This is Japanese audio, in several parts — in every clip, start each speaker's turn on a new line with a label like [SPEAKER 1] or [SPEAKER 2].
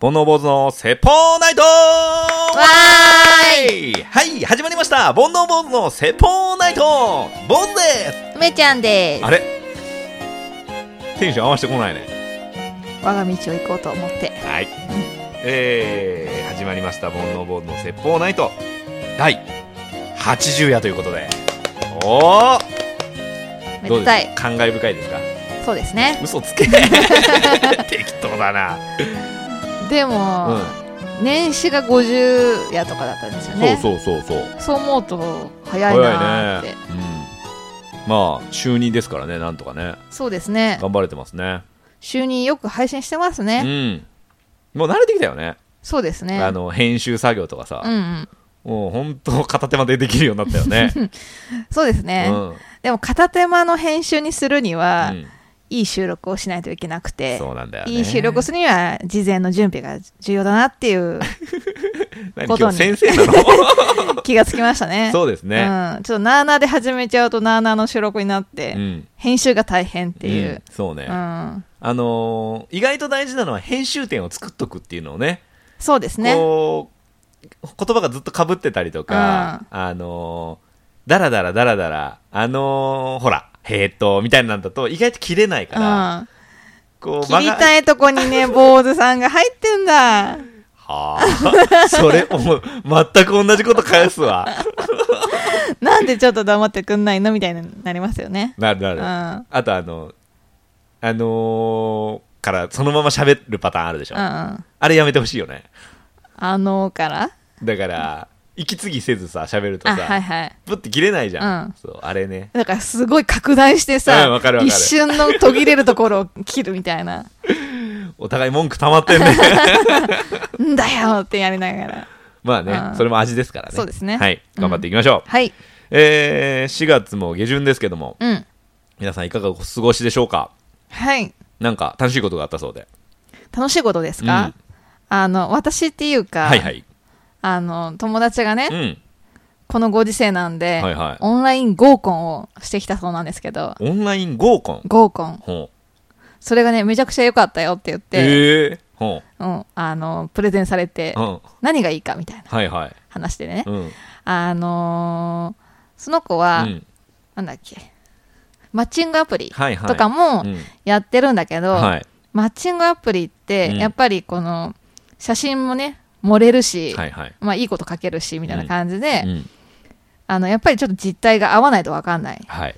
[SPEAKER 1] 煩悩坊主の説法ナイトはーいはい、始まりました煩悩坊主の説法ナイト坊主です
[SPEAKER 2] 梅ちゃんです
[SPEAKER 1] あれテンション合わせてこないね。
[SPEAKER 2] 我が道を行こうと思って
[SPEAKER 1] はい。えー、始まりました、煩悩坊主の説法ナイト、第80夜ということで。おー
[SPEAKER 2] め
[SPEAKER 1] どう
[SPEAKER 2] でたい
[SPEAKER 1] です感慨深いですか
[SPEAKER 2] そうですね
[SPEAKER 1] 嘘 つけ適当だな。
[SPEAKER 2] でも、年始が50やとかだったんですよね
[SPEAKER 1] そうそうそうそう。
[SPEAKER 2] そう思うと早いなーって、
[SPEAKER 1] ね。うん。まあ、就任ですからね、なんとかね。
[SPEAKER 2] そうですね
[SPEAKER 1] 頑張れてますね。
[SPEAKER 2] 週によく配信してます
[SPEAKER 1] う
[SPEAKER 2] ね、
[SPEAKER 1] ん。もう慣れてきたよね。
[SPEAKER 2] そうですね
[SPEAKER 1] あの、編集作業とか
[SPEAKER 2] う
[SPEAKER 1] さ。
[SPEAKER 2] んうん
[SPEAKER 1] もう本当片手間でできるようになったよ ね。
[SPEAKER 2] そうです
[SPEAKER 1] う
[SPEAKER 2] ね、
[SPEAKER 1] ん。うん
[SPEAKER 2] でも片手間の編集にするには、いい収録をしないといけなくて、
[SPEAKER 1] そうなんだよね。
[SPEAKER 2] いい収録をするには事前の準備が重要だなっていう
[SPEAKER 1] 何
[SPEAKER 2] こと
[SPEAKER 1] 今日
[SPEAKER 2] に
[SPEAKER 1] 先生な の
[SPEAKER 2] 気がつきました ね
[SPEAKER 1] そうですね。
[SPEAKER 2] うん、ちょっとなあなあで始めちゃうとなあなあの収録になって、
[SPEAKER 1] うん。、
[SPEAKER 2] 編集が大変っていううん
[SPEAKER 1] そうね。
[SPEAKER 2] うん、
[SPEAKER 1] あのー意外と大事なのは編集点を作っとくっていうのをね。
[SPEAKER 2] そうですね
[SPEAKER 1] こう、言葉がずっと被ってたりとか、あのー、だらだらだらだら、あのーほら、へーっと、みたいなんだと意外と切れないから、
[SPEAKER 2] うん
[SPEAKER 1] こう、
[SPEAKER 2] 切り
[SPEAKER 1] 間が
[SPEAKER 2] たいとこ にね坊主さんが入ってんだ
[SPEAKER 1] はあ、 それ、もう、全く同じこと返すわ。
[SPEAKER 2] なんでちょっと黙ってくんないのみたいになりますよね
[SPEAKER 1] なるな
[SPEAKER 2] う
[SPEAKER 1] る。
[SPEAKER 2] ん
[SPEAKER 1] あとあの、あのーからそのまま喋るパターンあるでしょ。
[SPEAKER 2] うん
[SPEAKER 1] あれやめてほしいよね。
[SPEAKER 2] あのーから
[SPEAKER 1] だから、息継ぎせずさ、喋ると
[SPEAKER 2] あ
[SPEAKER 1] さ、
[SPEAKER 2] はいはい
[SPEAKER 1] プッて切れないじゃん。
[SPEAKER 2] うん
[SPEAKER 1] そう、あれね。
[SPEAKER 2] だからすごい拡大して
[SPEAKER 1] う
[SPEAKER 2] さ、
[SPEAKER 1] んわかるわかる
[SPEAKER 2] 一瞬の途切れるところを切るみたい な
[SPEAKER 1] お互い文句溜まってん ね。
[SPEAKER 2] んだよってやりながら
[SPEAKER 1] まあね、
[SPEAKER 2] うん
[SPEAKER 1] それも味ですからね。
[SPEAKER 2] そうですね
[SPEAKER 1] はい、
[SPEAKER 2] うん
[SPEAKER 1] 頑張っていきましょう。
[SPEAKER 2] はい
[SPEAKER 1] えー、4月も下旬ですけども、
[SPEAKER 2] うん
[SPEAKER 1] 皆さんいかがお過ごしでしょうか
[SPEAKER 2] はい
[SPEAKER 1] なんか楽しいことがあったそうで。
[SPEAKER 2] 楽しいことですか、
[SPEAKER 1] うん
[SPEAKER 2] あの私っていうか、
[SPEAKER 1] はいはい。
[SPEAKER 2] あの友達がね、
[SPEAKER 1] うん。
[SPEAKER 2] このご時世なんで、
[SPEAKER 1] はいはい
[SPEAKER 2] オンライン合コンをしてきたそうなんですけど
[SPEAKER 1] オンライン合コン。
[SPEAKER 2] 合コン
[SPEAKER 1] ほう。
[SPEAKER 2] それがねめちゃくちゃ良かったよって言って、
[SPEAKER 1] えー、ほう。
[SPEAKER 2] うん、あのプレゼンされて、
[SPEAKER 1] うん。
[SPEAKER 2] 何がいいかみたいな
[SPEAKER 1] はいはい。
[SPEAKER 2] 話でね、
[SPEAKER 1] うん。
[SPEAKER 2] あのーその子は、
[SPEAKER 1] うん
[SPEAKER 2] なんだっけマッチングアプリ
[SPEAKER 1] はいはい。
[SPEAKER 2] とかも
[SPEAKER 1] うん
[SPEAKER 2] やってるんだけど、
[SPEAKER 1] はい。
[SPEAKER 2] マッチングアプリって、
[SPEAKER 1] うん
[SPEAKER 2] やっぱりこの写真もね盛れるし、
[SPEAKER 1] はいいはい。
[SPEAKER 2] まあ、いいこと書けるしみたいな感じで、
[SPEAKER 1] うん。
[SPEAKER 2] あのやっぱりちょっと実態が合わないと分かんない
[SPEAKER 1] はい。
[SPEAKER 2] っ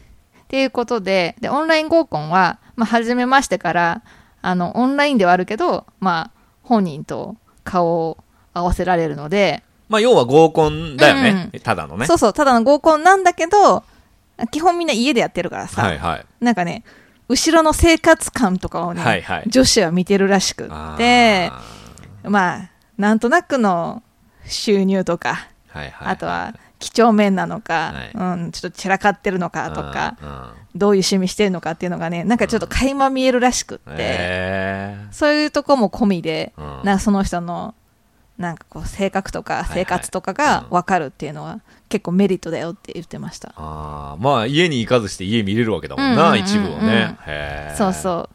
[SPEAKER 2] ていうことで、で、オンライン合コンは、まあ、初めましてから、あの、オンラインではあるけど、まあ、本人と顔を合わせられるので、
[SPEAKER 1] まあ、要は合コンだよね。ただのね。
[SPEAKER 2] そうそう、ただの合コンなんだけど、基本みんな家でやってるからさ、
[SPEAKER 1] はいはい。
[SPEAKER 2] なんかね、後ろの生活感とかをね、
[SPEAKER 1] はいはい
[SPEAKER 2] 女子は見てるらしく
[SPEAKER 1] あ
[SPEAKER 2] って
[SPEAKER 1] ー、
[SPEAKER 2] まあ、なんとなくの収入とか、
[SPEAKER 1] はいはい。
[SPEAKER 2] あとは、几帳面なのか、
[SPEAKER 1] は
[SPEAKER 2] うん、ちょっと散らかってるのかとか、
[SPEAKER 1] か。
[SPEAKER 2] どういう趣味してるのかっていうのがね、なんかちょっと垣間見えるらしくって、
[SPEAKER 1] うんえ
[SPEAKER 2] そういうとこも込みで、
[SPEAKER 1] うん
[SPEAKER 2] なんかその人の、なんかこう、性格とか
[SPEAKER 1] いはい
[SPEAKER 2] 生活とかが分かるっていうのは、結構メリットだよって言ってました。
[SPEAKER 1] あーまあ家に行かずして家見れるわけだもんな、
[SPEAKER 2] うんうんうんうん
[SPEAKER 1] 一部をねへー
[SPEAKER 2] そうそ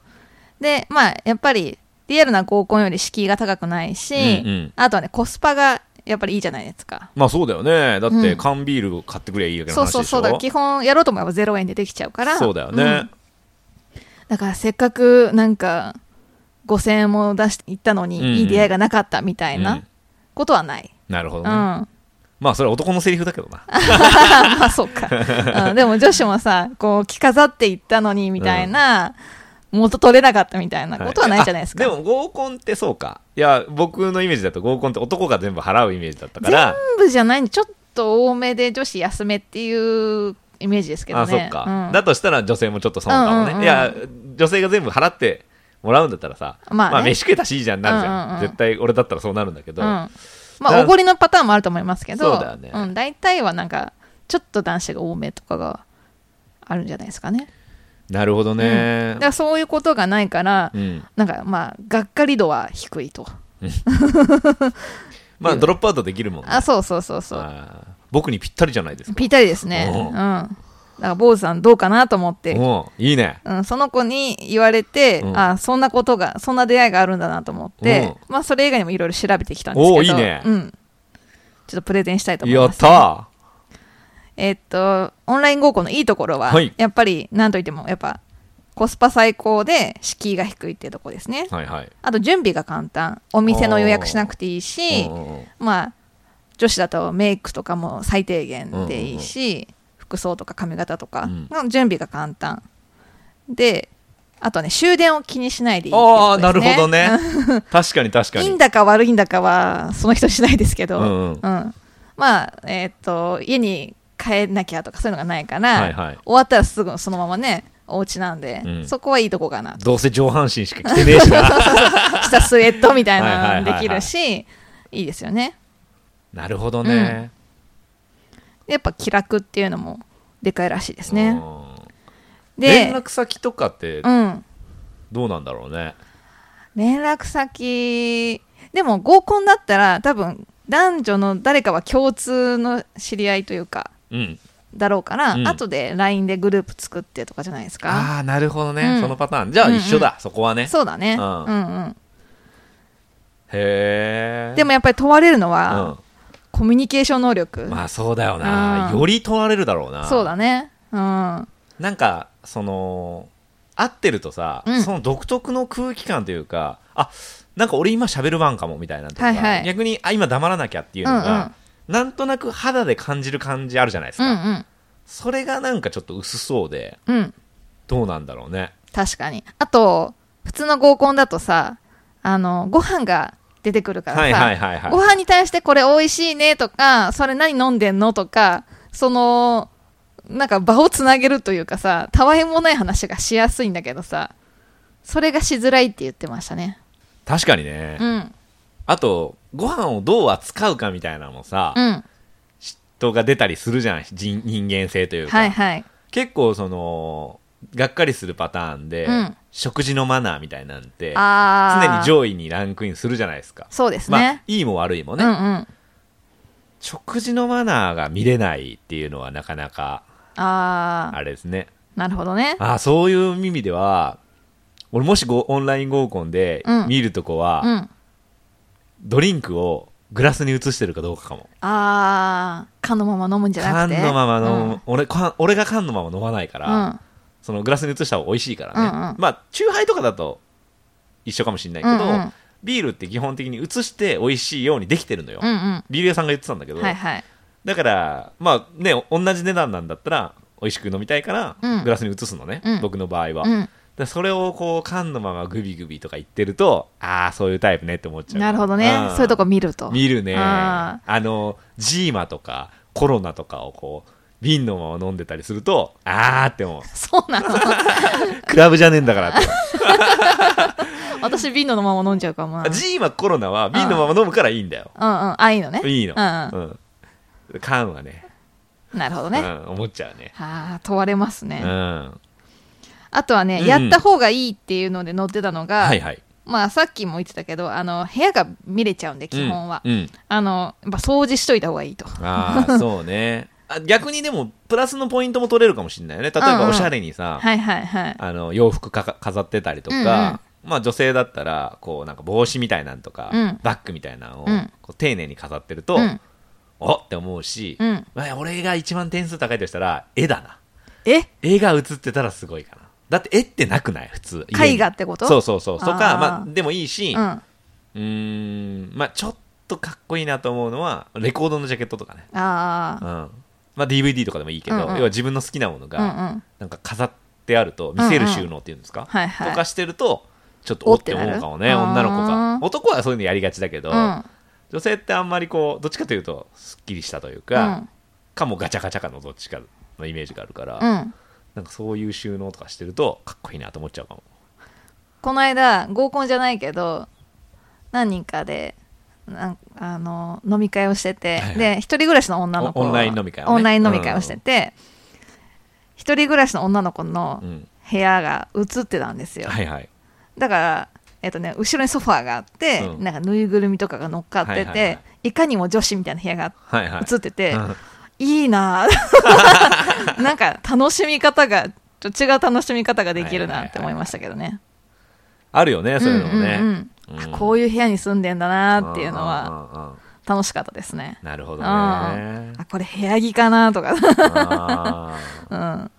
[SPEAKER 2] う。で、まあ、やっぱり、リアルな合コンより敷居が高くないし、
[SPEAKER 1] うんうん
[SPEAKER 2] あとはね、コスパがやっぱりいいじゃないですか。
[SPEAKER 1] まあそうだよねだっ
[SPEAKER 2] う
[SPEAKER 1] て
[SPEAKER 2] ん
[SPEAKER 1] 缶ビール買ってくればいいわけの
[SPEAKER 2] そう
[SPEAKER 1] 話でし
[SPEAKER 2] そ
[SPEAKER 1] ょ
[SPEAKER 2] うそうだ、基本やろうと思えば0円でできちゃうから、
[SPEAKER 1] そうだよ
[SPEAKER 2] うん
[SPEAKER 1] ね、
[SPEAKER 2] だからせっかくなんか5000円も出していったのに、
[SPEAKER 1] うんうん
[SPEAKER 2] いい出会いがなかったみたい
[SPEAKER 1] うん
[SPEAKER 2] なことはない。
[SPEAKER 1] なるほ
[SPEAKER 2] う
[SPEAKER 1] ど
[SPEAKER 2] ん。
[SPEAKER 1] ね、
[SPEAKER 2] ま
[SPEAKER 1] まあそれは男のセリフだけどな
[SPEAKER 2] あそうか、うん。でも女子もさ、こう着飾っていったのにみたいな、元取れなかったみたいなことはないじゃないですか。
[SPEAKER 1] あでも合コンってそうかいや僕のイメージだと合コンって男が全部払うイメージだったから
[SPEAKER 2] 全部じゃないんで、ちょっと多めで女子休めっていうイメージですけどね。
[SPEAKER 1] あそっか、
[SPEAKER 2] うん
[SPEAKER 1] だとしたら女性もちょっと損かもね、
[SPEAKER 2] うんうんうん
[SPEAKER 1] いや女性が全部払ってもらうんだったらさ、
[SPEAKER 2] まあね
[SPEAKER 1] 飯食えたしいいじゃんなるじゃん、
[SPEAKER 2] うんうんうん
[SPEAKER 1] 絶対俺だったらそうなるんだけど、
[SPEAKER 2] うんまあ、おごりのパターンもあると思いますけど、
[SPEAKER 1] そうだよね
[SPEAKER 2] ん、大体はなんか、ちょっと男子が多めとかがあるんじゃないですかね。
[SPEAKER 1] なるほどね
[SPEAKER 2] だからそういうことがないから、
[SPEAKER 1] うん、
[SPEAKER 2] なんかまあ、がっかり度は低いと。
[SPEAKER 1] まあドロップアウトできるもんね
[SPEAKER 2] あ、そうそうそうそう。
[SPEAKER 1] あー僕にぴったりじゃないですか
[SPEAKER 2] ぴったりですね。
[SPEAKER 1] おう
[SPEAKER 2] うん。から坊主さんどうかなと思って
[SPEAKER 1] うん、いいね。
[SPEAKER 2] うん、その子に言われて、
[SPEAKER 1] うん
[SPEAKER 2] あそんなことがそんな出会いがあるんだなと思って、まあ、それ以外にもいろいろ調べてきたんですけど
[SPEAKER 1] おーいいね
[SPEAKER 2] うん、ちょっとプレゼンしたいと思い
[SPEAKER 1] や
[SPEAKER 2] ま
[SPEAKER 1] っ
[SPEAKER 2] す、ね、
[SPEAKER 1] た
[SPEAKER 2] えっとオンライン合コンのいいところは、
[SPEAKER 1] はい
[SPEAKER 2] やっぱり何といってもやっぱコスパ最高で敷居が低いっていうところですね
[SPEAKER 1] ーはいはい。
[SPEAKER 2] あと準備が簡単お店の予約しなくていいし、
[SPEAKER 1] うんうんうん
[SPEAKER 2] まあ女子だとメイクとかも最低限でいいし、服装とか髪型とか
[SPEAKER 1] うん
[SPEAKER 2] の準備が簡単、であとね終電を気にしないでいいっていう
[SPEAKER 1] ああ、
[SPEAKER 2] こ
[SPEAKER 1] な
[SPEAKER 2] と
[SPEAKER 1] る
[SPEAKER 2] ですね
[SPEAKER 1] ほどね。 確かに確
[SPEAKER 2] う
[SPEAKER 1] か
[SPEAKER 2] んいいん
[SPEAKER 1] に。
[SPEAKER 2] だか悪いんだかはその人次第ですけど、
[SPEAKER 1] う
[SPEAKER 2] うんん
[SPEAKER 1] うん
[SPEAKER 2] まあえーっと家に帰んなきゃとかそういうのがないから、
[SPEAKER 1] はいはい
[SPEAKER 2] 終わったらすぐそのままねお家なんで、
[SPEAKER 1] うん
[SPEAKER 2] そこはいいとこかなと
[SPEAKER 1] どうせ上半身しか着てねえしな。
[SPEAKER 2] したスウェットみたい
[SPEAKER 1] はいは
[SPEAKER 2] ないの
[SPEAKER 1] はいはい
[SPEAKER 2] できるしいいですよね
[SPEAKER 1] なるほどね。
[SPEAKER 2] やっぱ気楽っていうのもでかいらしいです
[SPEAKER 1] う
[SPEAKER 2] ね。
[SPEAKER 1] ん連
[SPEAKER 2] で、
[SPEAKER 1] 絡先とかって
[SPEAKER 2] うん、
[SPEAKER 1] どうなんだろうね。
[SPEAKER 2] 連絡先、でも合コンだったら多分男女の誰かは共通の知り合いというか、
[SPEAKER 1] うん。
[SPEAKER 2] だろうから、
[SPEAKER 1] うん
[SPEAKER 2] 後で LINE でグループ作ってとかじゃないですか。
[SPEAKER 1] ああ、なるほど
[SPEAKER 2] う
[SPEAKER 1] ね。
[SPEAKER 2] ん
[SPEAKER 1] そのパターン。じゃあ一緒だ、そこはね。
[SPEAKER 2] そうだね。
[SPEAKER 1] う
[SPEAKER 2] うんんうん。
[SPEAKER 1] へえ。
[SPEAKER 2] でもやっぱり問われるのは、
[SPEAKER 1] う
[SPEAKER 2] コミュニケーション能力。
[SPEAKER 1] ん。まあそうだよな。
[SPEAKER 2] うん
[SPEAKER 1] より問われるだろうな。
[SPEAKER 2] そうだね。うん。
[SPEAKER 1] なんかその会ってるとさ、
[SPEAKER 2] うん
[SPEAKER 1] その独特の空気感というかあなんか俺今喋る番かもみたいなとか、
[SPEAKER 2] はいはい
[SPEAKER 1] 逆にあ今黙らなきゃっていうのが、なんとなく肌で感じる感じあるじゃないです
[SPEAKER 2] うん
[SPEAKER 1] か、
[SPEAKER 2] うん。
[SPEAKER 1] それがなんかちょっと薄そうで
[SPEAKER 2] うん。
[SPEAKER 1] どうなんだろうね
[SPEAKER 2] 確かに。あと、普通の合コンだとさ、あの、ご飯が出てくるからさ、
[SPEAKER 1] はいはいはい
[SPEAKER 2] ご
[SPEAKER 1] は
[SPEAKER 2] 飯に対してこれ美味しいねとか、それ何飲んでんのとか、その、なんか場をつなげるというかさ、たわいもない話がしやすいんだけどさ、それがしづらいって言ってましたね。
[SPEAKER 1] い確かにね、
[SPEAKER 2] うん。
[SPEAKER 1] あとご飯をどう扱うかみたいなのもさ、
[SPEAKER 2] うん。
[SPEAKER 1] 人が出たりするじゃない人人間性というか、
[SPEAKER 2] はいはい。
[SPEAKER 1] 結構そのがっかりするパターンで、
[SPEAKER 2] うん
[SPEAKER 1] 食事のマナーみたいなんて
[SPEAKER 2] あ
[SPEAKER 1] 常
[SPEAKER 2] あ。
[SPEAKER 1] に上位にランクインするじゃないですか。
[SPEAKER 2] そうです
[SPEAKER 1] まあ
[SPEAKER 2] ね。、
[SPEAKER 1] いいも悪いもね、
[SPEAKER 2] うんうん。
[SPEAKER 1] 食事のマナーが見れないっていうのはなかなか、
[SPEAKER 2] ああ。
[SPEAKER 1] あれですね。
[SPEAKER 2] なるほどね。
[SPEAKER 1] ああ、そういう意味では、俺もしごオンライン合コンで
[SPEAKER 2] うん
[SPEAKER 1] 見るとこは、
[SPEAKER 2] うん。あ
[SPEAKER 1] ドリンクをグラスに移してるかどうかかも。
[SPEAKER 2] あー。缶のまま飲むんじゃな
[SPEAKER 1] 缶
[SPEAKER 2] くて。
[SPEAKER 1] のまま飲む、
[SPEAKER 2] うん
[SPEAKER 1] 俺缶俺が缶のまま飲まないから、
[SPEAKER 2] うん。
[SPEAKER 1] そのグラスに移した方が美味しいからね。
[SPEAKER 2] うんうん
[SPEAKER 1] まあ、チューハイとかだと一緒かもしれないけど、
[SPEAKER 2] うんうん
[SPEAKER 1] ビールって基本的に移して美味しいようにできてるのよ。
[SPEAKER 2] うん
[SPEAKER 1] ビール屋さんが言ってたんだけ
[SPEAKER 2] う
[SPEAKER 1] ど、
[SPEAKER 2] ん。はいはい。
[SPEAKER 1] だから、まあね、同じ値段なんだったら、美味しく飲みたいから、
[SPEAKER 2] うん
[SPEAKER 1] グラスに移すのね、
[SPEAKER 2] うん
[SPEAKER 1] 僕の場合は。
[SPEAKER 2] うん。
[SPEAKER 1] でそれをこう、缶のままグビグビとか言ってると、ああ、そういうタイプねって思っちゃう。
[SPEAKER 2] なるほどね。
[SPEAKER 1] ん
[SPEAKER 2] そういうとこ見ると。
[SPEAKER 1] 見るね。あ
[SPEAKER 2] あ
[SPEAKER 1] の、ジーマとか、コロナとかをこう、瓶のまま飲んでたりすると、ああって思う。
[SPEAKER 2] そうなの
[SPEAKER 1] クラブじゃねえんだからって。
[SPEAKER 2] 私瓶のまま飲んじゃうかもな。うんうん。
[SPEAKER 1] ジーマ、コロナは瓶のまま飲むからいいんだよ。
[SPEAKER 2] あ、いいのね。
[SPEAKER 1] いいの。
[SPEAKER 2] うん
[SPEAKER 1] うん缶はね、
[SPEAKER 2] うん。なるほど
[SPEAKER 1] う
[SPEAKER 2] ね。
[SPEAKER 1] ん、思っちゃうね。
[SPEAKER 2] ああ、問われます
[SPEAKER 1] う
[SPEAKER 2] ね。
[SPEAKER 1] ん。
[SPEAKER 2] あとは
[SPEAKER 1] うん
[SPEAKER 2] ね、やった方がいいっていうので載ってたのが
[SPEAKER 1] はい、はい。
[SPEAKER 2] まあさっきも言ってたけど、あの、部屋が見れちゃうんで、基本は
[SPEAKER 1] う。んうん
[SPEAKER 2] あの、やっぱ掃除しといた方がいいと。
[SPEAKER 1] あ あそうねあ逆にでもプラスのポイントも取れるかもしれないよね例え
[SPEAKER 2] うんう
[SPEAKER 1] ば
[SPEAKER 2] ん
[SPEAKER 1] おしゃれにさ、
[SPEAKER 2] はいはいはい。
[SPEAKER 1] あの洋服かか飾ってたりとか、まあ、女性だったらこうなんか帽子みたいなんとか、
[SPEAKER 2] うん
[SPEAKER 1] バッグみたいなのを
[SPEAKER 2] うん
[SPEAKER 1] こう丁寧に飾ってると、
[SPEAKER 2] うん。
[SPEAKER 1] おって思うし、
[SPEAKER 2] うん。
[SPEAKER 1] まあ、俺が一番点数高いとしたら絵だな
[SPEAKER 2] え
[SPEAKER 1] 絵が映ってたらすごいかなだって絵ってなくない普通家に
[SPEAKER 2] 絵画ってこと
[SPEAKER 1] そうそうそうとか
[SPEAKER 2] あー
[SPEAKER 1] まあ、でもいいし
[SPEAKER 2] うん。あ
[SPEAKER 1] うーんまあちょっとかっこいいなと思うのはレコードのジャケットとかね
[SPEAKER 2] あ
[SPEAKER 1] うん。まあ、DVD とかでもいいけど、
[SPEAKER 2] うんうん
[SPEAKER 1] 要は自分の好きなもの
[SPEAKER 2] うんう
[SPEAKER 1] が
[SPEAKER 2] ん。
[SPEAKER 1] なんか飾ってあると見せる収納っていうんですか、
[SPEAKER 2] はいはい。
[SPEAKER 1] とかしてるとちょっとお
[SPEAKER 2] お
[SPEAKER 1] っ
[SPEAKER 2] ってて
[SPEAKER 1] 思
[SPEAKER 2] なる
[SPEAKER 1] うかもね女の子
[SPEAKER 2] あ
[SPEAKER 1] が
[SPEAKER 2] ー
[SPEAKER 1] 男はそういうのやりがちだけど、
[SPEAKER 2] うん。
[SPEAKER 1] 女性ってあんまりこうどっちかというとすっきりしたという
[SPEAKER 2] う
[SPEAKER 1] か、
[SPEAKER 2] ん。
[SPEAKER 1] かもガチャガチャかのどっちかのイメージがあるから、
[SPEAKER 2] うん。
[SPEAKER 1] なんかそういう収納とかしてるとかっこいいなと思っちゃうかも
[SPEAKER 2] この間合コンじゃないけど何人かでなんあの飲み会をしてて、
[SPEAKER 1] はいはい
[SPEAKER 2] で一人暮らしの女の子
[SPEAKER 1] オンライン飲み会をね
[SPEAKER 2] オンライン飲み会をしてて、一人暮らしの女の子の
[SPEAKER 1] うん
[SPEAKER 2] 部屋が映ってたんですよ、
[SPEAKER 1] はいはい
[SPEAKER 2] だからえっとね、後ろにソファーがあって、
[SPEAKER 1] うん
[SPEAKER 2] なんかぬいぐるみとかが乗っかっ
[SPEAKER 1] はい
[SPEAKER 2] てて、い
[SPEAKER 1] はいはい
[SPEAKER 2] かにも女子みたいな部屋が
[SPEAKER 1] はいはい
[SPEAKER 2] 映ってて、
[SPEAKER 1] うん
[SPEAKER 2] いいなぁなんか楽しみ方がちょっと違う楽しみ方ができるなって思いましたけどね
[SPEAKER 1] あるよね、そういうのもね。
[SPEAKER 2] んうんうんあこういう部屋に住んでんだなーっていうの
[SPEAKER 1] ん
[SPEAKER 2] は
[SPEAKER 1] うんうんうん。
[SPEAKER 2] 楽しかったですね
[SPEAKER 1] なるほ
[SPEAKER 2] う
[SPEAKER 1] ど
[SPEAKER 2] ん、
[SPEAKER 1] ね。
[SPEAKER 2] あこれ部屋着かなとか、
[SPEAKER 1] あー
[SPEAKER 2] うん、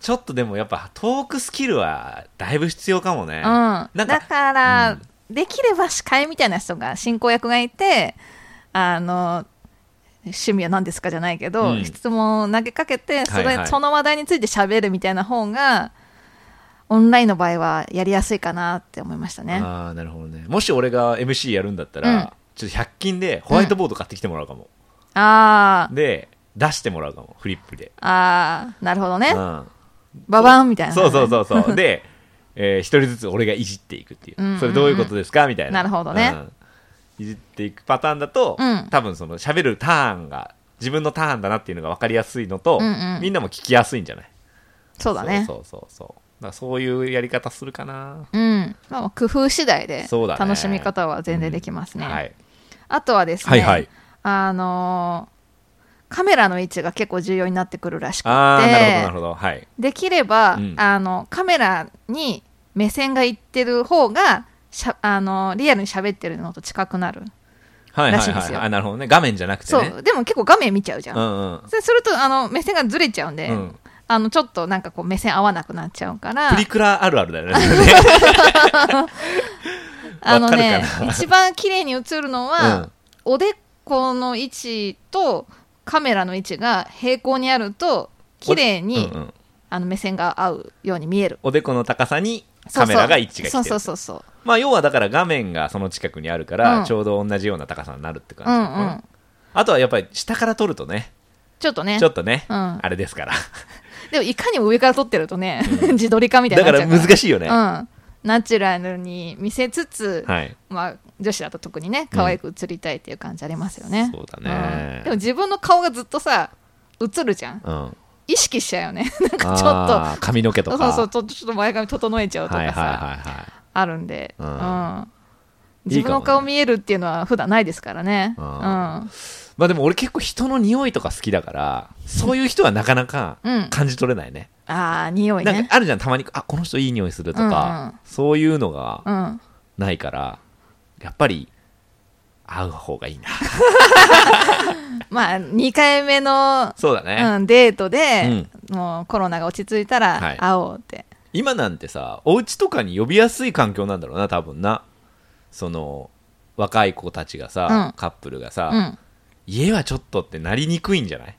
[SPEAKER 1] ちょっとでもやっぱトークスキルはだいぶ必要かもね。
[SPEAKER 2] うん、
[SPEAKER 1] なん
[SPEAKER 2] だ
[SPEAKER 1] か、
[SPEAKER 2] から、できれば司会みたいな人が進行役がいてあの趣味は何ですかじゃないけ
[SPEAKER 1] う
[SPEAKER 2] ど、
[SPEAKER 1] ん
[SPEAKER 2] 質問を投げかけてそれ、
[SPEAKER 1] はいはい
[SPEAKER 2] その話題について喋るみたいな方がオンラインの場合はやりやすいかなって思いましたね。
[SPEAKER 1] ああ、なるほどね。もし俺が MC やるんだったら、
[SPEAKER 2] うん
[SPEAKER 1] ちょっと100均でホワイトボード買ってきてもらうかも。
[SPEAKER 2] あー
[SPEAKER 1] で、出してもらうかも、フリップで。
[SPEAKER 2] あーなるほどね、
[SPEAKER 1] うん
[SPEAKER 2] ババンみたいな、
[SPEAKER 1] そうそうそう そう。で、えー、一人ずつ俺がいじっていくっていう。
[SPEAKER 2] うんうんうん
[SPEAKER 1] それどういうことですかみたいな。
[SPEAKER 2] なるほどね
[SPEAKER 1] うんいじっていくパターンだと、
[SPEAKER 2] うん
[SPEAKER 1] 多分その喋るターンが、自分のターンだなっていうのが分かりやすいのと、
[SPEAKER 2] うんうん
[SPEAKER 1] みんなも聞きやすいんじゃない
[SPEAKER 2] そうだね
[SPEAKER 1] そうそうそうそう。だからそういうやり方するかな。
[SPEAKER 2] うんまあ、工夫次第で
[SPEAKER 1] そうだね
[SPEAKER 2] 楽しみ方は全然できますね。
[SPEAKER 1] はい。
[SPEAKER 2] あとはですね、
[SPEAKER 1] はいはい
[SPEAKER 2] あのーカメラの位置が結構重要になってくるらしくて
[SPEAKER 1] ああ、なるほど、なるほど。はい。
[SPEAKER 2] できれば、
[SPEAKER 1] うん
[SPEAKER 2] あのカメラに目線がいってる方がしゃあのリアルに喋ってるのと近くなる、
[SPEAKER 1] はい
[SPEAKER 2] ら
[SPEAKER 1] は
[SPEAKER 2] し
[SPEAKER 1] い
[SPEAKER 2] いで
[SPEAKER 1] は
[SPEAKER 2] す
[SPEAKER 1] い。
[SPEAKER 2] よ
[SPEAKER 1] あなるほどね。画面じゃなくて
[SPEAKER 2] そ
[SPEAKER 1] ね。
[SPEAKER 2] うでも結構画面見ちゃうじゃん、
[SPEAKER 1] うんうん。
[SPEAKER 2] そうするとあの目線がずれちゃうんで、
[SPEAKER 1] うん
[SPEAKER 2] あのちょっとなんかこう目線合わなくなっちゃうから
[SPEAKER 1] プリクラあるあるだよね。
[SPEAKER 2] あの
[SPEAKER 1] わ
[SPEAKER 2] ね
[SPEAKER 1] かるか
[SPEAKER 2] 一番綺麗に映るのは、
[SPEAKER 1] うん
[SPEAKER 2] おでこの位置とカメラの位置が平行にあると綺麗に、
[SPEAKER 1] うんうん
[SPEAKER 2] あの目線が合うように見える
[SPEAKER 1] おでこの高さにカメラが一致が来て
[SPEAKER 2] そう
[SPEAKER 1] る。
[SPEAKER 2] そうそうそうそう
[SPEAKER 1] まあ要はだから画面がその近くにあるから、
[SPEAKER 2] うん
[SPEAKER 1] ちょうど同じような高さになるって感
[SPEAKER 2] う
[SPEAKER 1] じ
[SPEAKER 2] ん
[SPEAKER 1] なのかな、
[SPEAKER 2] うん
[SPEAKER 1] あとはやっぱり下から撮るとね
[SPEAKER 2] ちょっとね
[SPEAKER 1] ちょっとね、
[SPEAKER 2] うん
[SPEAKER 1] あれですから
[SPEAKER 2] でもいかにも上から撮ってるとね、自撮り化みた
[SPEAKER 1] だ
[SPEAKER 2] いにな
[SPEAKER 1] か
[SPEAKER 2] っちゃ
[SPEAKER 1] ら
[SPEAKER 2] うから
[SPEAKER 1] 難しいよね、
[SPEAKER 2] うん、ナチュラルに見せつつ、
[SPEAKER 1] はい
[SPEAKER 2] まあ、女子だと特にね可愛く映りたいっていう感じありますよね、
[SPEAKER 1] そうだね
[SPEAKER 2] んでも自分の顔がずっとさ映るじゃん
[SPEAKER 1] うん、なん
[SPEAKER 2] 意識しちゃうよね なんかちょっと
[SPEAKER 1] かちょっと髪の毛とか
[SPEAKER 2] そうそうちょちょっと前髪整えちゃうとか
[SPEAKER 1] は
[SPEAKER 2] さ、
[SPEAKER 1] いはいはいはい
[SPEAKER 2] あるんで、
[SPEAKER 1] うん
[SPEAKER 2] うん
[SPEAKER 1] いいかもね
[SPEAKER 2] 自分の顔見えるっていうのは普段ないですからね、
[SPEAKER 1] う
[SPEAKER 2] うんん
[SPEAKER 1] まあでも俺結構人の匂いとか好きだからそういう人はなかなか
[SPEAKER 2] うん
[SPEAKER 1] 感じ取れないね、
[SPEAKER 2] ああ匂い
[SPEAKER 1] なん
[SPEAKER 2] ね
[SPEAKER 1] かあるじゃんたまにあこの人いい匂いするとか、
[SPEAKER 2] うんうん
[SPEAKER 1] そういうのが
[SPEAKER 2] うん
[SPEAKER 1] ないからやっぱり会う方がいいな
[SPEAKER 2] まあ2回目の、
[SPEAKER 1] そうだね、
[SPEAKER 2] うん、デートで、もうコロナが落ち着いた
[SPEAKER 1] はい
[SPEAKER 2] ら会おうって、
[SPEAKER 1] 今なんてさお家とかに呼びやすい環境なんだろうな多分なその若い子たちがさ、
[SPEAKER 2] うん
[SPEAKER 1] カップルがさ、
[SPEAKER 2] うん、
[SPEAKER 1] 家はちょっとってなりにくいんじゃない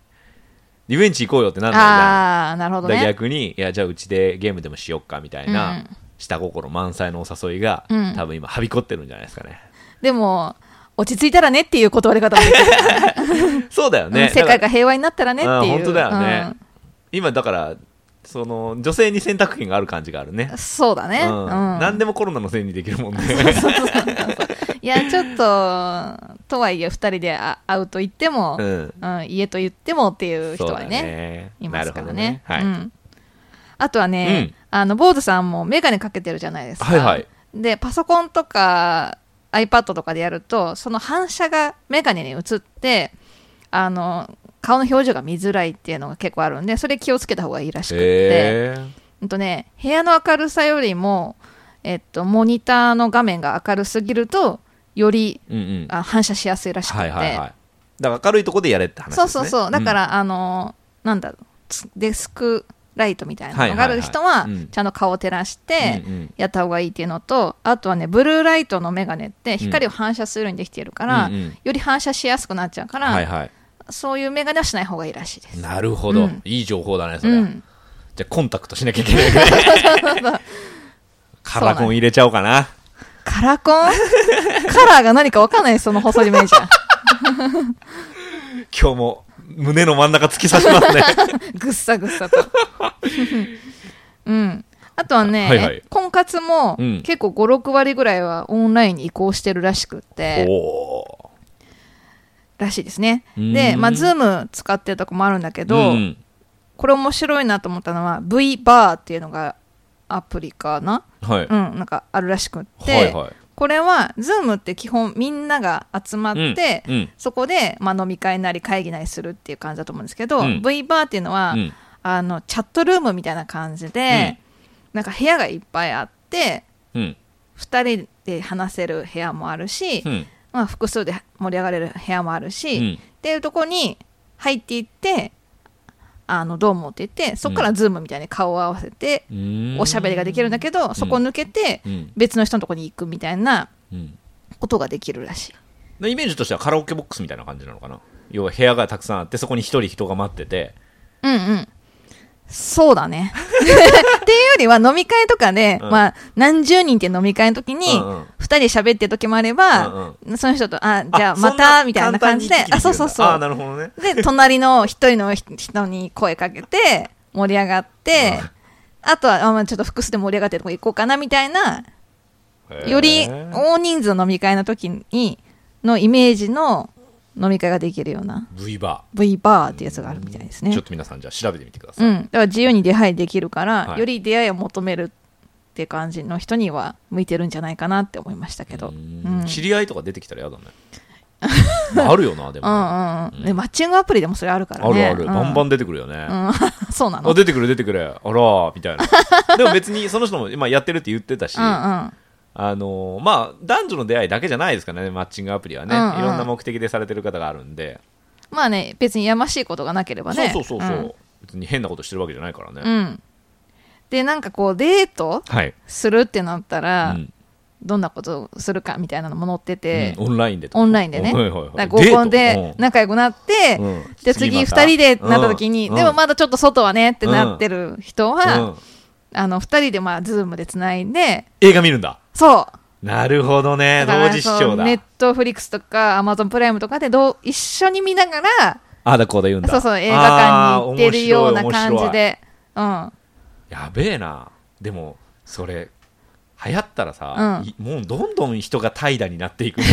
[SPEAKER 1] 遊園地行こうよってなんないじゃん
[SPEAKER 2] ああなるほど
[SPEAKER 1] だから
[SPEAKER 2] ね
[SPEAKER 1] 逆にいやじゃあうちでゲームでもしよっかみたいな、
[SPEAKER 2] うん
[SPEAKER 1] 下心満載のお誘いが、
[SPEAKER 2] うん
[SPEAKER 1] 多分今はびこってるんじゃないですかね
[SPEAKER 2] でも落ち着いたらねっていう断り方もでき る
[SPEAKER 1] そうだよ
[SPEAKER 2] う
[SPEAKER 1] ね
[SPEAKER 2] ん世界が
[SPEAKER 1] っ
[SPEAKER 2] 平和になったらねっていう
[SPEAKER 1] 本当だよね、
[SPEAKER 2] うん
[SPEAKER 1] 今だからその女性に選択権がある感じがあるね
[SPEAKER 2] そうだね、う
[SPEAKER 1] うんん何でもコロナのせいにできるもんね
[SPEAKER 2] いやちょっととはいえ2人であ会うと言っても、
[SPEAKER 1] うん
[SPEAKER 2] うん、家と言ってもっていう人は
[SPEAKER 1] そうだ
[SPEAKER 2] ねいますからね。
[SPEAKER 1] なるほどねはい、
[SPEAKER 2] うんあとはね、
[SPEAKER 1] うん
[SPEAKER 2] あの坊主さんも眼鏡かけてるじゃないですか。
[SPEAKER 1] はいはい
[SPEAKER 2] でパソコンとか iPad とかでやるとその反射が眼鏡に映ってあの顔の表情が見づらいっていうのが結構あるんでそれ気をつけた方がいいらしくって、
[SPEAKER 1] へー
[SPEAKER 2] うんとね、部屋の明るさよりも、えっと、モニターの画面が明るすぎるとより
[SPEAKER 1] うんうん
[SPEAKER 2] あ反射しやすいらしくって。
[SPEAKER 1] はいはいはいだから明るいとこでやれって話です
[SPEAKER 2] そう
[SPEAKER 1] ね
[SPEAKER 2] そうそうだか
[SPEAKER 1] ん
[SPEAKER 2] ら、あのーなんだろうつデスクライトみたいなのがある人
[SPEAKER 1] はいは
[SPEAKER 2] はい
[SPEAKER 1] はいうん
[SPEAKER 2] ちゃんと顔を照らして
[SPEAKER 1] うんうん
[SPEAKER 2] やった方がいいっていうのとあとはねブルーライトの眼鏡って光を反射するようにできているから、
[SPEAKER 1] うんうん
[SPEAKER 2] より反射しやすくなっちゃうから、
[SPEAKER 1] はいはい
[SPEAKER 2] そういう眼鏡はしない方がいいらしいです。
[SPEAKER 1] なるほど、
[SPEAKER 2] うん
[SPEAKER 1] いい情報だねそうれ、
[SPEAKER 2] ん、
[SPEAKER 1] じゃあコンタクトしなきゃいけない ねカラコン入れちゃおうかな
[SPEAKER 2] カラコン カラーが何か分かんないその細い目じゃん。
[SPEAKER 1] 今日も胸の真ん中突き刺します ね
[SPEAKER 2] ぐっさぐっさと。 うん。あとはね、
[SPEAKER 1] はいはい
[SPEAKER 2] 婚活も
[SPEAKER 1] うん
[SPEAKER 2] 結構5、6割ぐらいはオンラインに移行してるらしくって。
[SPEAKER 1] おお
[SPEAKER 2] らしいですね。
[SPEAKER 1] うーん
[SPEAKER 2] で、まあ、ズーム使ってるとこもあるんだけど、
[SPEAKER 1] ん、
[SPEAKER 2] これ面白いなと思ったのは、V バーっていうのがアプリかな、
[SPEAKER 1] はい、
[SPEAKER 2] うん、なんかあるらしくって、
[SPEAKER 1] はいはい
[SPEAKER 2] これは Zoom って基本みんなが集まって、
[SPEAKER 1] うんうん
[SPEAKER 2] そこで、まあ、飲み会なり会議なりするっていう感じだと思うんですけど、
[SPEAKER 1] うん
[SPEAKER 2] V バーっていうのは、
[SPEAKER 1] うん
[SPEAKER 2] あのチャットルームみたいな感じで、なんか部屋がいっぱいあって
[SPEAKER 1] うん
[SPEAKER 2] 2人で話せる部屋もあるし、
[SPEAKER 1] うん
[SPEAKER 2] まあ、複数で盛り上がれる部屋もあるし、
[SPEAKER 1] うん
[SPEAKER 2] っていうとこに入っていってあのどうもって言ってそこからズームみたいに顔を合わせて
[SPEAKER 1] うーん
[SPEAKER 2] おしゃべりができるんだけど、そこ抜けて
[SPEAKER 1] うん
[SPEAKER 2] 別の人のとこに行くみたいな
[SPEAKER 1] うん
[SPEAKER 2] ことができるらしい
[SPEAKER 1] でイメージとしてはカラオケボックスみたいな感じなのかな要は部屋がたくさんあってそこに一人人が待ってて
[SPEAKER 2] うんうんそうだね っていうよりは飲み会とかで、
[SPEAKER 1] うん
[SPEAKER 2] まあ何十人って飲み会の時に
[SPEAKER 1] うんうん
[SPEAKER 2] 二人で喋ってる時もあれば、
[SPEAKER 1] うん
[SPEAKER 2] その人とあじゃあ
[SPEAKER 1] そんな
[SPEAKER 2] またみたいな感じで
[SPEAKER 1] 簡単に
[SPEAKER 2] あそうそうそう
[SPEAKER 1] あなるほどね
[SPEAKER 2] で、隣の一人の人に声かけて、盛り上がって、あとは、あまあ、ちょっと複数で盛り上がってるとこ行こうかなみたいな、より
[SPEAKER 1] へー
[SPEAKER 2] 大人数の飲み会の時に、のイメージの飲み会ができるような
[SPEAKER 1] V バ
[SPEAKER 2] V バーってやつがあるみたいです
[SPEAKER 1] ーちょ
[SPEAKER 2] ね
[SPEAKER 1] っ。と皆さんじゃあ調べてみてくださ
[SPEAKER 2] う
[SPEAKER 1] い、
[SPEAKER 2] ん。だから自由に出会いできるから、
[SPEAKER 1] はい
[SPEAKER 2] より出会いを求めるって感じの人には向いてるんじゃないかなって思いましたけど。う。
[SPEAKER 1] うんーん知り合いとか出てきたらやだねまああるよなでもね、
[SPEAKER 2] うんうん。で、マッチングアプリでもそれあるから
[SPEAKER 1] ある
[SPEAKER 2] ね。
[SPEAKER 1] ある、
[SPEAKER 2] うん
[SPEAKER 1] バンバン出てくるよね、
[SPEAKER 2] うん そうなの。
[SPEAKER 1] あ出てくる出てくるあらーみたいな でも別にその人も今やってるって言ってたし、
[SPEAKER 2] うんうん。
[SPEAKER 1] あのーまあ男女の出会いだけじゃないですからねマッチングアプリはね、
[SPEAKER 2] うんうん
[SPEAKER 1] いろんな目的でされてる方があるんで、
[SPEAKER 2] まあね、別にやましいことがなければね。
[SPEAKER 1] そうそうそうそう、別に変なことしてるわけじゃないからね、
[SPEAKER 2] うん。うんで、なんかこう、デート
[SPEAKER 1] はい、
[SPEAKER 2] するってなったら、
[SPEAKER 1] うん
[SPEAKER 2] どんなことをするかみたいなのも載ってて、
[SPEAKER 1] うんオンラインで
[SPEAKER 2] オンラインでね。
[SPEAKER 1] はいはいはい
[SPEAKER 2] なんか合コンで
[SPEAKER 1] デート
[SPEAKER 2] 仲良くなって、
[SPEAKER 1] うんうん
[SPEAKER 2] で、次二人でなった時に、
[SPEAKER 1] うん
[SPEAKER 2] でもまだちょっと外はねってなってる人
[SPEAKER 1] うん
[SPEAKER 2] は、
[SPEAKER 1] うん
[SPEAKER 2] あの、二人でまあ、ズームでつないで、
[SPEAKER 1] 映画見るんだ
[SPEAKER 2] そう。
[SPEAKER 1] なるほどね
[SPEAKER 2] だか
[SPEAKER 1] 同
[SPEAKER 2] ら
[SPEAKER 1] 時視聴だ
[SPEAKER 2] ネットフリックスとか、アマゾンプライムとかでどう、一緒に見ながら、
[SPEAKER 1] あだこうだ言うんだ
[SPEAKER 2] そうそう、映画館に行ってるような
[SPEAKER 1] あー
[SPEAKER 2] 感
[SPEAKER 1] 面白い面
[SPEAKER 2] じ
[SPEAKER 1] 白い
[SPEAKER 2] で、うん。
[SPEAKER 1] やべえなでもそれ流行ったらさ、
[SPEAKER 2] うん
[SPEAKER 1] いもうどんどん人が怠惰になっていくね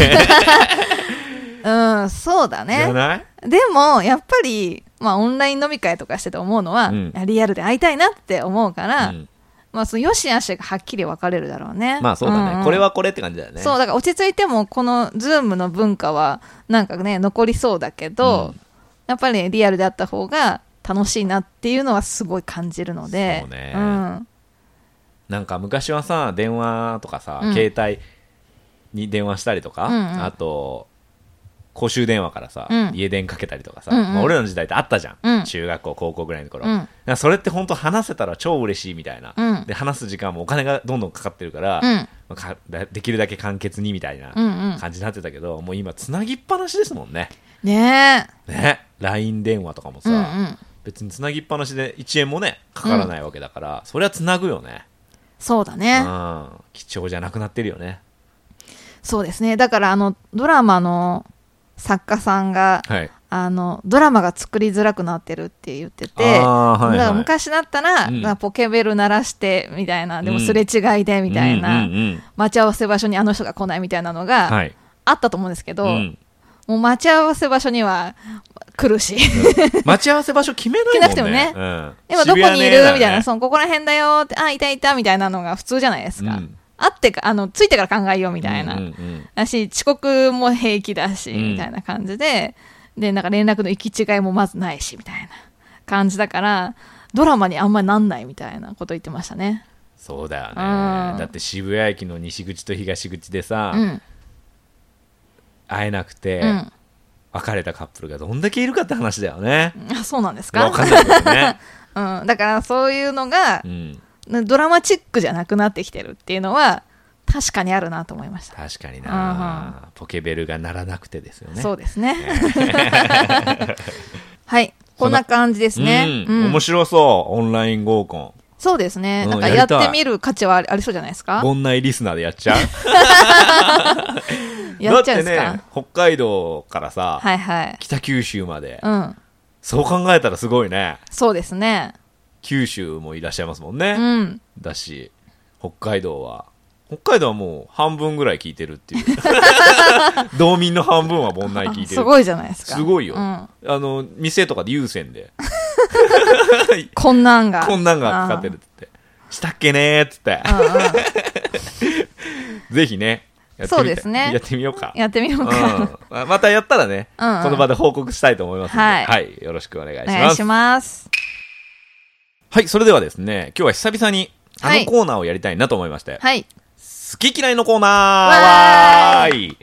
[SPEAKER 2] うん、そう だ
[SPEAKER 1] じゃ
[SPEAKER 2] ね。
[SPEAKER 1] ない
[SPEAKER 2] でも、やっぱり、まあ、オンライン飲み会とかしてて思うのは、
[SPEAKER 1] うん
[SPEAKER 2] リアルで会いたいなって思うから、
[SPEAKER 1] うん
[SPEAKER 2] まあ、その良し悪しがはっきり分かれるだろうね。
[SPEAKER 1] まあそうだね、
[SPEAKER 2] んん
[SPEAKER 1] これ、はこれって感じだよね
[SPEAKER 2] そう、だから落ち着いても、このズームの文化は、なんかね、残りそうだけど、
[SPEAKER 1] うん
[SPEAKER 2] やっぱりリアルであった方が楽しいなっていうのはすごい感じるので。
[SPEAKER 1] そうね
[SPEAKER 2] ん。
[SPEAKER 1] なんか昔はさ電話とかさ、
[SPEAKER 2] うん
[SPEAKER 1] 携帯に電話したりとか、
[SPEAKER 2] うんうん
[SPEAKER 1] あと公衆電話からさ、
[SPEAKER 2] うん
[SPEAKER 1] 家電かけたりとかさ、
[SPEAKER 2] うんうん
[SPEAKER 1] まあ俺らの時代ってあったじゃん、
[SPEAKER 2] うん
[SPEAKER 1] 中学校高校ぐらいの頃、
[SPEAKER 2] うん
[SPEAKER 1] なんかそれって本当話せたら超嬉しいみたいな、
[SPEAKER 2] うん
[SPEAKER 1] で話す時間もお金がどんどんかかってるから、
[SPEAKER 2] うん
[SPEAKER 1] まあか だできるだけ簡潔にみたいな
[SPEAKER 2] うんうん
[SPEAKER 1] 感じになってたけど、もう今つなぎっぱなしですもんね
[SPEAKER 2] ね
[SPEAKER 1] ね LINE 電話とかもさ、
[SPEAKER 2] え。うんうん。
[SPEAKER 1] 別につなぎっぱなしで1円もねかからないわけだから、それはつなぐよね
[SPEAKER 2] そうだね。
[SPEAKER 1] うん、貴重じゃなくなってるよね。
[SPEAKER 2] そうですね。だから、あの、ドラマの作家さんが、
[SPEAKER 1] はい。
[SPEAKER 2] あのドラマが作りづらくなってるって言ってて、
[SPEAKER 1] あーはいはい
[SPEAKER 2] だから昔だったら、
[SPEAKER 1] うん
[SPEAKER 2] まあポケベル鳴らしてみたいなでも
[SPEAKER 1] うん
[SPEAKER 2] すれ違いでみたいな、
[SPEAKER 1] うんうんうん
[SPEAKER 2] 待ち合わせ場所にあの人が来ないみたいなのが
[SPEAKER 1] はい。
[SPEAKER 2] あったと思うんですけど、
[SPEAKER 1] うん
[SPEAKER 2] もう待ち合わせ場所には来るし、
[SPEAKER 1] 待ち合わせ場所決めないもんね。
[SPEAKER 2] 決めなくて
[SPEAKER 1] うん。
[SPEAKER 2] 今どこ
[SPEAKER 1] 渋谷
[SPEAKER 2] にいる
[SPEAKER 1] ね
[SPEAKER 2] みたいな、
[SPEAKER 1] だ
[SPEAKER 2] そのここら辺だよって、あ、いたいたみたいなのが普通じゃないですか。
[SPEAKER 1] うん
[SPEAKER 2] 会ってか、あの、ついてから考えようみたいな。
[SPEAKER 1] うんうんうん
[SPEAKER 2] だし、遅刻も平気だし、
[SPEAKER 1] うん
[SPEAKER 2] みたいな感じで、で、なんか連絡の行き違いもまずないし、みたいな感じだから、ドラマにあんまりなんないみたいなこと言ってましたね。
[SPEAKER 1] そうだよね。
[SPEAKER 2] うん
[SPEAKER 1] だって渋谷駅の西口と東口でさ
[SPEAKER 2] う、ん。
[SPEAKER 1] 会えなく
[SPEAKER 2] う
[SPEAKER 1] て、
[SPEAKER 2] ん。
[SPEAKER 1] 別れたカップルがどんだけいるかって話だよね。
[SPEAKER 2] あ、そうなんです
[SPEAKER 1] わか
[SPEAKER 2] か
[SPEAKER 1] んないけど ね。
[SPEAKER 2] うん。だからそういうのが
[SPEAKER 1] う、ん。
[SPEAKER 2] ドラマチックじゃなくなってきてるっていうのは、確かにあるなと思いました。
[SPEAKER 1] 確かにな。ポケベルが鳴らなくてですよね。
[SPEAKER 2] そうですね。 はい。こんな感じですね。
[SPEAKER 1] うん
[SPEAKER 2] うん
[SPEAKER 1] 面白そう。オンライン合コン。
[SPEAKER 2] そうですね。
[SPEAKER 1] うん
[SPEAKER 2] なんか
[SPEAKER 1] や
[SPEAKER 2] や
[SPEAKER 1] り
[SPEAKER 2] った
[SPEAKER 1] い
[SPEAKER 2] てみる価値はありありそうじゃないですか
[SPEAKER 1] ゴン内リスナーでやっちゃう
[SPEAKER 2] やっちゃう
[SPEAKER 1] だっ
[SPEAKER 2] んです
[SPEAKER 1] て
[SPEAKER 2] か
[SPEAKER 1] ね北海道からさ、
[SPEAKER 2] はいはい。
[SPEAKER 1] 北九州まで、
[SPEAKER 2] うん。
[SPEAKER 1] そう考えたらすごいね
[SPEAKER 2] そうですね。
[SPEAKER 1] 九州もいらっしゃいますもん
[SPEAKER 2] う
[SPEAKER 1] ね、
[SPEAKER 2] ん。
[SPEAKER 1] だし北海道は北海道はもう半分ぐらい聞いてるっていう 道民の半分は盆内聞いてる
[SPEAKER 2] すごいじゃないですか。
[SPEAKER 1] すごいよ、
[SPEAKER 2] うん
[SPEAKER 1] あの店とかで有線で
[SPEAKER 2] こんなんが。
[SPEAKER 1] こんなんがかかってるって言ってしたっけねーっつって
[SPEAKER 2] うん。うんうん
[SPEAKER 1] ぜひねやってみたい
[SPEAKER 2] そうですね
[SPEAKER 1] やってみようか。
[SPEAKER 2] やってみよ
[SPEAKER 1] う
[SPEAKER 2] うんか。
[SPEAKER 1] まあまたやったらね、
[SPEAKER 2] うんうん
[SPEAKER 1] この場で報告したいと思いますので、は、
[SPEAKER 2] はいい
[SPEAKER 1] よろしくお願いし
[SPEAKER 2] お願
[SPEAKER 1] ま
[SPEAKER 2] い
[SPEAKER 1] す。
[SPEAKER 2] します。
[SPEAKER 1] はい、それではですね、今日は久々にあ
[SPEAKER 2] は
[SPEAKER 1] の
[SPEAKER 2] い
[SPEAKER 1] コーナーをやりたいなと思いまして、
[SPEAKER 2] はい。
[SPEAKER 1] 好き嫌いのコーナー
[SPEAKER 2] わーい
[SPEAKER 1] わーい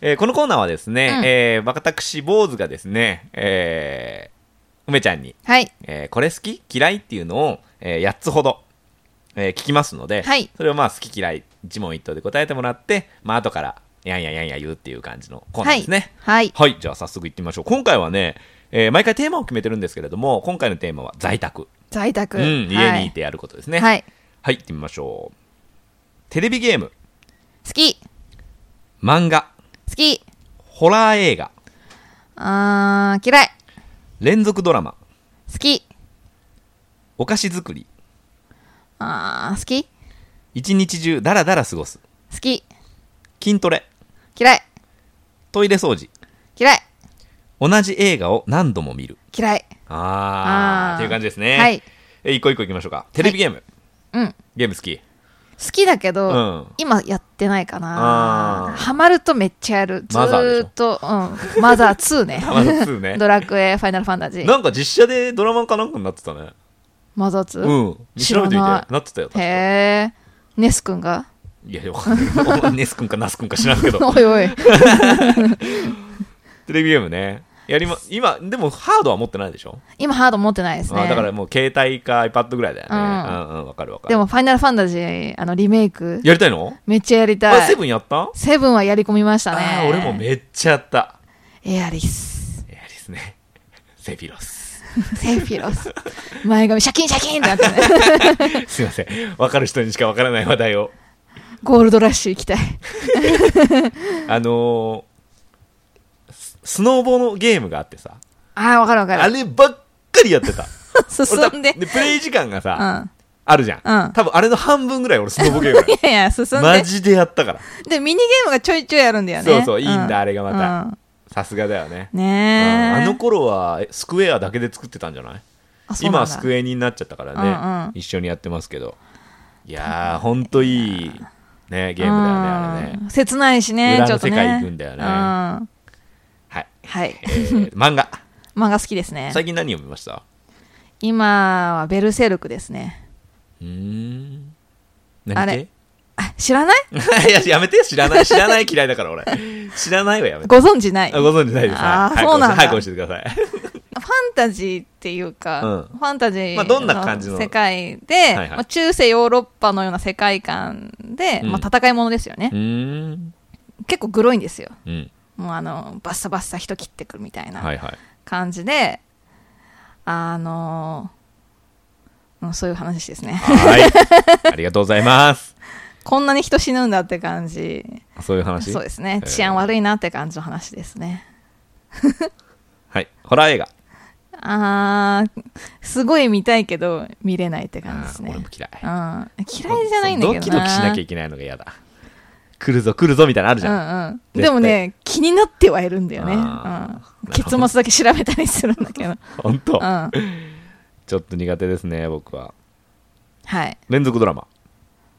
[SPEAKER 1] えーこのコーナーはですね、
[SPEAKER 2] うん
[SPEAKER 1] えー私、坊主がですね、えー梅ちゃんに、
[SPEAKER 2] はい。
[SPEAKER 1] えーこれ好き嫌いっていうのを、え8つほど、えー聞きますので、
[SPEAKER 2] はい
[SPEAKER 1] それをまあ好き嫌い一問一答で答えてもらって、まあ後からやんやんやんや言うっていう感じのコーナーですね。
[SPEAKER 2] はい。
[SPEAKER 1] はい、じゃあ早速行ってみましょう。今回はね、えー毎回テーマを決めてるんですけれども、今回のテーマは在宅。
[SPEAKER 2] 在宅。
[SPEAKER 1] うん、家にいてやることですね。。
[SPEAKER 2] はいい。
[SPEAKER 1] はい、行ってみましょう。テレビゲーム、
[SPEAKER 2] 好き。
[SPEAKER 1] 漫画、
[SPEAKER 2] 好き。
[SPEAKER 1] ホラー映画、
[SPEAKER 2] あー、嫌い。
[SPEAKER 1] 連続ドラマ、
[SPEAKER 2] 好き。
[SPEAKER 1] お菓子作り、
[SPEAKER 2] あー、好き。
[SPEAKER 1] 一日中ダラダラ過ごす、
[SPEAKER 2] 好き。
[SPEAKER 1] 筋トレ、
[SPEAKER 2] 嫌い。
[SPEAKER 1] トイレ掃除、
[SPEAKER 2] 嫌い。
[SPEAKER 1] 同じ映画を何度も見る。
[SPEAKER 2] 嫌い。
[SPEAKER 1] あー、
[SPEAKER 2] あー
[SPEAKER 1] っていう感じですね。
[SPEAKER 2] はい。
[SPEAKER 1] えー一個一個行きましょうか。テレビゲーム、
[SPEAKER 2] うん。
[SPEAKER 1] ゲーム好き。
[SPEAKER 2] 好きだけど、
[SPEAKER 1] うん
[SPEAKER 2] 今やってないか
[SPEAKER 1] あー
[SPEAKER 2] なハマるとめっちゃやるず
[SPEAKER 1] マザーでしょ
[SPEAKER 2] ーっとうん、マザー2 ね
[SPEAKER 1] マザー2ね
[SPEAKER 2] ドラクエファイナルファンタジー
[SPEAKER 1] なんか実写でドラマかなんかになってたね。
[SPEAKER 2] マザー 2?
[SPEAKER 1] うん。
[SPEAKER 2] 知
[SPEAKER 1] 調
[SPEAKER 2] ら
[SPEAKER 1] べ
[SPEAKER 2] な
[SPEAKER 1] て
[SPEAKER 2] い
[SPEAKER 1] みて。なってたよ。確か
[SPEAKER 2] へえネス君が
[SPEAKER 1] いや、よかった。ネス君かナス君か知らんけ ど。
[SPEAKER 2] おいおい
[SPEAKER 1] テレビゲームね。やりま、今、でもハードは持ってないでしょ、
[SPEAKER 2] 今ハード持ってないです
[SPEAKER 1] あ
[SPEAKER 2] ね
[SPEAKER 1] だからもう携帯か iPad ぐらいだよね。う
[SPEAKER 2] うん
[SPEAKER 1] んうん、わ、かるわかる。
[SPEAKER 2] でもファイナルファンタジーあのリメイク
[SPEAKER 1] やりたいの
[SPEAKER 2] めっちゃや
[SPEAKER 1] あ
[SPEAKER 2] り
[SPEAKER 1] れ
[SPEAKER 2] たい
[SPEAKER 1] セブンやった
[SPEAKER 2] セブンはやり込みましたね
[SPEAKER 1] ああ、俺もめっちゃやった。
[SPEAKER 2] エアリス
[SPEAKER 1] エアリスね。セフィロス。
[SPEAKER 2] セフィロス前髪シャキンシャキンってなってね
[SPEAKER 1] すいません。わかる人にしかわからない話題を。
[SPEAKER 2] ゴールドラッシュ行きたい
[SPEAKER 1] あのーススノーボーのゲームがあってさ、
[SPEAKER 2] ああわかるわか
[SPEAKER 1] あ
[SPEAKER 2] る
[SPEAKER 1] ればっかりやって た。
[SPEAKER 2] 進んで
[SPEAKER 1] 俺さプレイ時間がさ、
[SPEAKER 2] うん
[SPEAKER 1] あるじゃん。
[SPEAKER 2] うん
[SPEAKER 1] 多分あれの半分ぐらい俺スノボゲーム
[SPEAKER 2] いやいや進ん
[SPEAKER 1] や。
[SPEAKER 2] で
[SPEAKER 1] マジでやったから。
[SPEAKER 2] でミニゲームがちょいちょいあるんだよね
[SPEAKER 1] そうそういいんだあれがまた
[SPEAKER 2] うん
[SPEAKER 1] さすがだよね。
[SPEAKER 2] ね
[SPEAKER 1] うん
[SPEAKER 2] え
[SPEAKER 1] あの頃はえスクエアだけで作ってたんじゃない今はスク
[SPEAKER 2] エ
[SPEAKER 1] エニになっちゃったからね、
[SPEAKER 2] うんうん
[SPEAKER 1] 一緒にやってますけど。いやー、ほんといい、ね、ゲームだよね、あれね。
[SPEAKER 2] 切ないしね
[SPEAKER 1] 裏の
[SPEAKER 2] ちょっと
[SPEAKER 1] 世
[SPEAKER 2] ね
[SPEAKER 1] 界行くんだよね
[SPEAKER 2] うは
[SPEAKER 1] はい。
[SPEAKER 2] い
[SPEAKER 1] えー 漫画。
[SPEAKER 2] 漫画好きですね
[SPEAKER 1] 最近何読みました
[SPEAKER 2] 今はベルセルクですね
[SPEAKER 1] うーん。
[SPEAKER 2] あ
[SPEAKER 1] 何系
[SPEAKER 2] れあ知らない
[SPEAKER 1] いや、やめて、知らない。知らない嫌いだから、俺。知らないはやめて。
[SPEAKER 2] ご存知ない
[SPEAKER 1] あ
[SPEAKER 2] ファン
[SPEAKER 1] ご存知ないです。
[SPEAKER 2] あー
[SPEAKER 1] はい
[SPEAKER 2] そうなんだ
[SPEAKER 1] 早く教えてください。
[SPEAKER 2] タジーっていうか、
[SPEAKER 1] うん
[SPEAKER 2] ファンタジー
[SPEAKER 1] まあどんな感じの
[SPEAKER 2] 世界で、
[SPEAKER 1] はいはい
[SPEAKER 2] まあ、中世ヨーロッパのような世界観で、
[SPEAKER 1] うん
[SPEAKER 2] まあ、戦いものですよね
[SPEAKER 1] う、ーん。
[SPEAKER 2] 結構グロいんですよ
[SPEAKER 1] うん。
[SPEAKER 2] もうあのバッサバッサ人切ってくるみたいな、
[SPEAKER 1] はいはい。
[SPEAKER 2] 感じで、あのうんそういう話ですね。
[SPEAKER 1] はい。ありがとうございます。
[SPEAKER 2] こんなに人死ぬんだって感じ。
[SPEAKER 1] そういう話
[SPEAKER 2] そうですね
[SPEAKER 1] え。ー
[SPEAKER 2] 治安悪いなって感じの話ですね。
[SPEAKER 1] はい。ホラー映画。
[SPEAKER 2] あー、すごい見たいけど、見れないって感じです
[SPEAKER 1] あー
[SPEAKER 2] ね。う
[SPEAKER 1] 俺
[SPEAKER 2] ん
[SPEAKER 1] も嫌い。
[SPEAKER 2] 嫌いじゃないんだけど
[SPEAKER 1] ド
[SPEAKER 2] な。
[SPEAKER 1] キドキしなきゃいけないのが嫌だ。来るぞ来るぞみたいなのあるじゃん。
[SPEAKER 2] うんうん。
[SPEAKER 1] 対
[SPEAKER 2] でもね、気になってはいるんだよね。う
[SPEAKER 1] あ
[SPEAKER 2] ん結末だけ調べたりするんだけ ど。うん。
[SPEAKER 1] ほんと。
[SPEAKER 2] は
[SPEAKER 1] ちょっと苦手ですね、僕は。
[SPEAKER 2] い。
[SPEAKER 1] 連続ドラマ。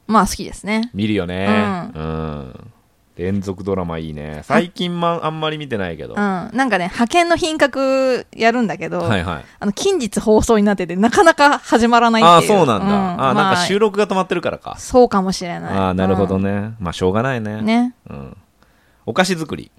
[SPEAKER 2] まあ好きですね。
[SPEAKER 1] 見るよね。う。
[SPEAKER 2] うん
[SPEAKER 1] 連続ドラマいいね。最近まあんまり見てないけど。
[SPEAKER 2] うん。
[SPEAKER 1] は
[SPEAKER 2] なんかね、派遣の品格やるんだけど、
[SPEAKER 1] いはい。
[SPEAKER 2] あの近日放送になってて、なかなか始まらないっていう。
[SPEAKER 1] ああ、そうなんだ。ああ、
[SPEAKER 2] ま
[SPEAKER 1] なんか収録が止まってるからか。
[SPEAKER 2] そうかもしれない。
[SPEAKER 1] ああ、なるほど
[SPEAKER 2] ね。
[SPEAKER 1] ね。まあ、しょうがないね。
[SPEAKER 2] ね。
[SPEAKER 1] うん。お菓子作り。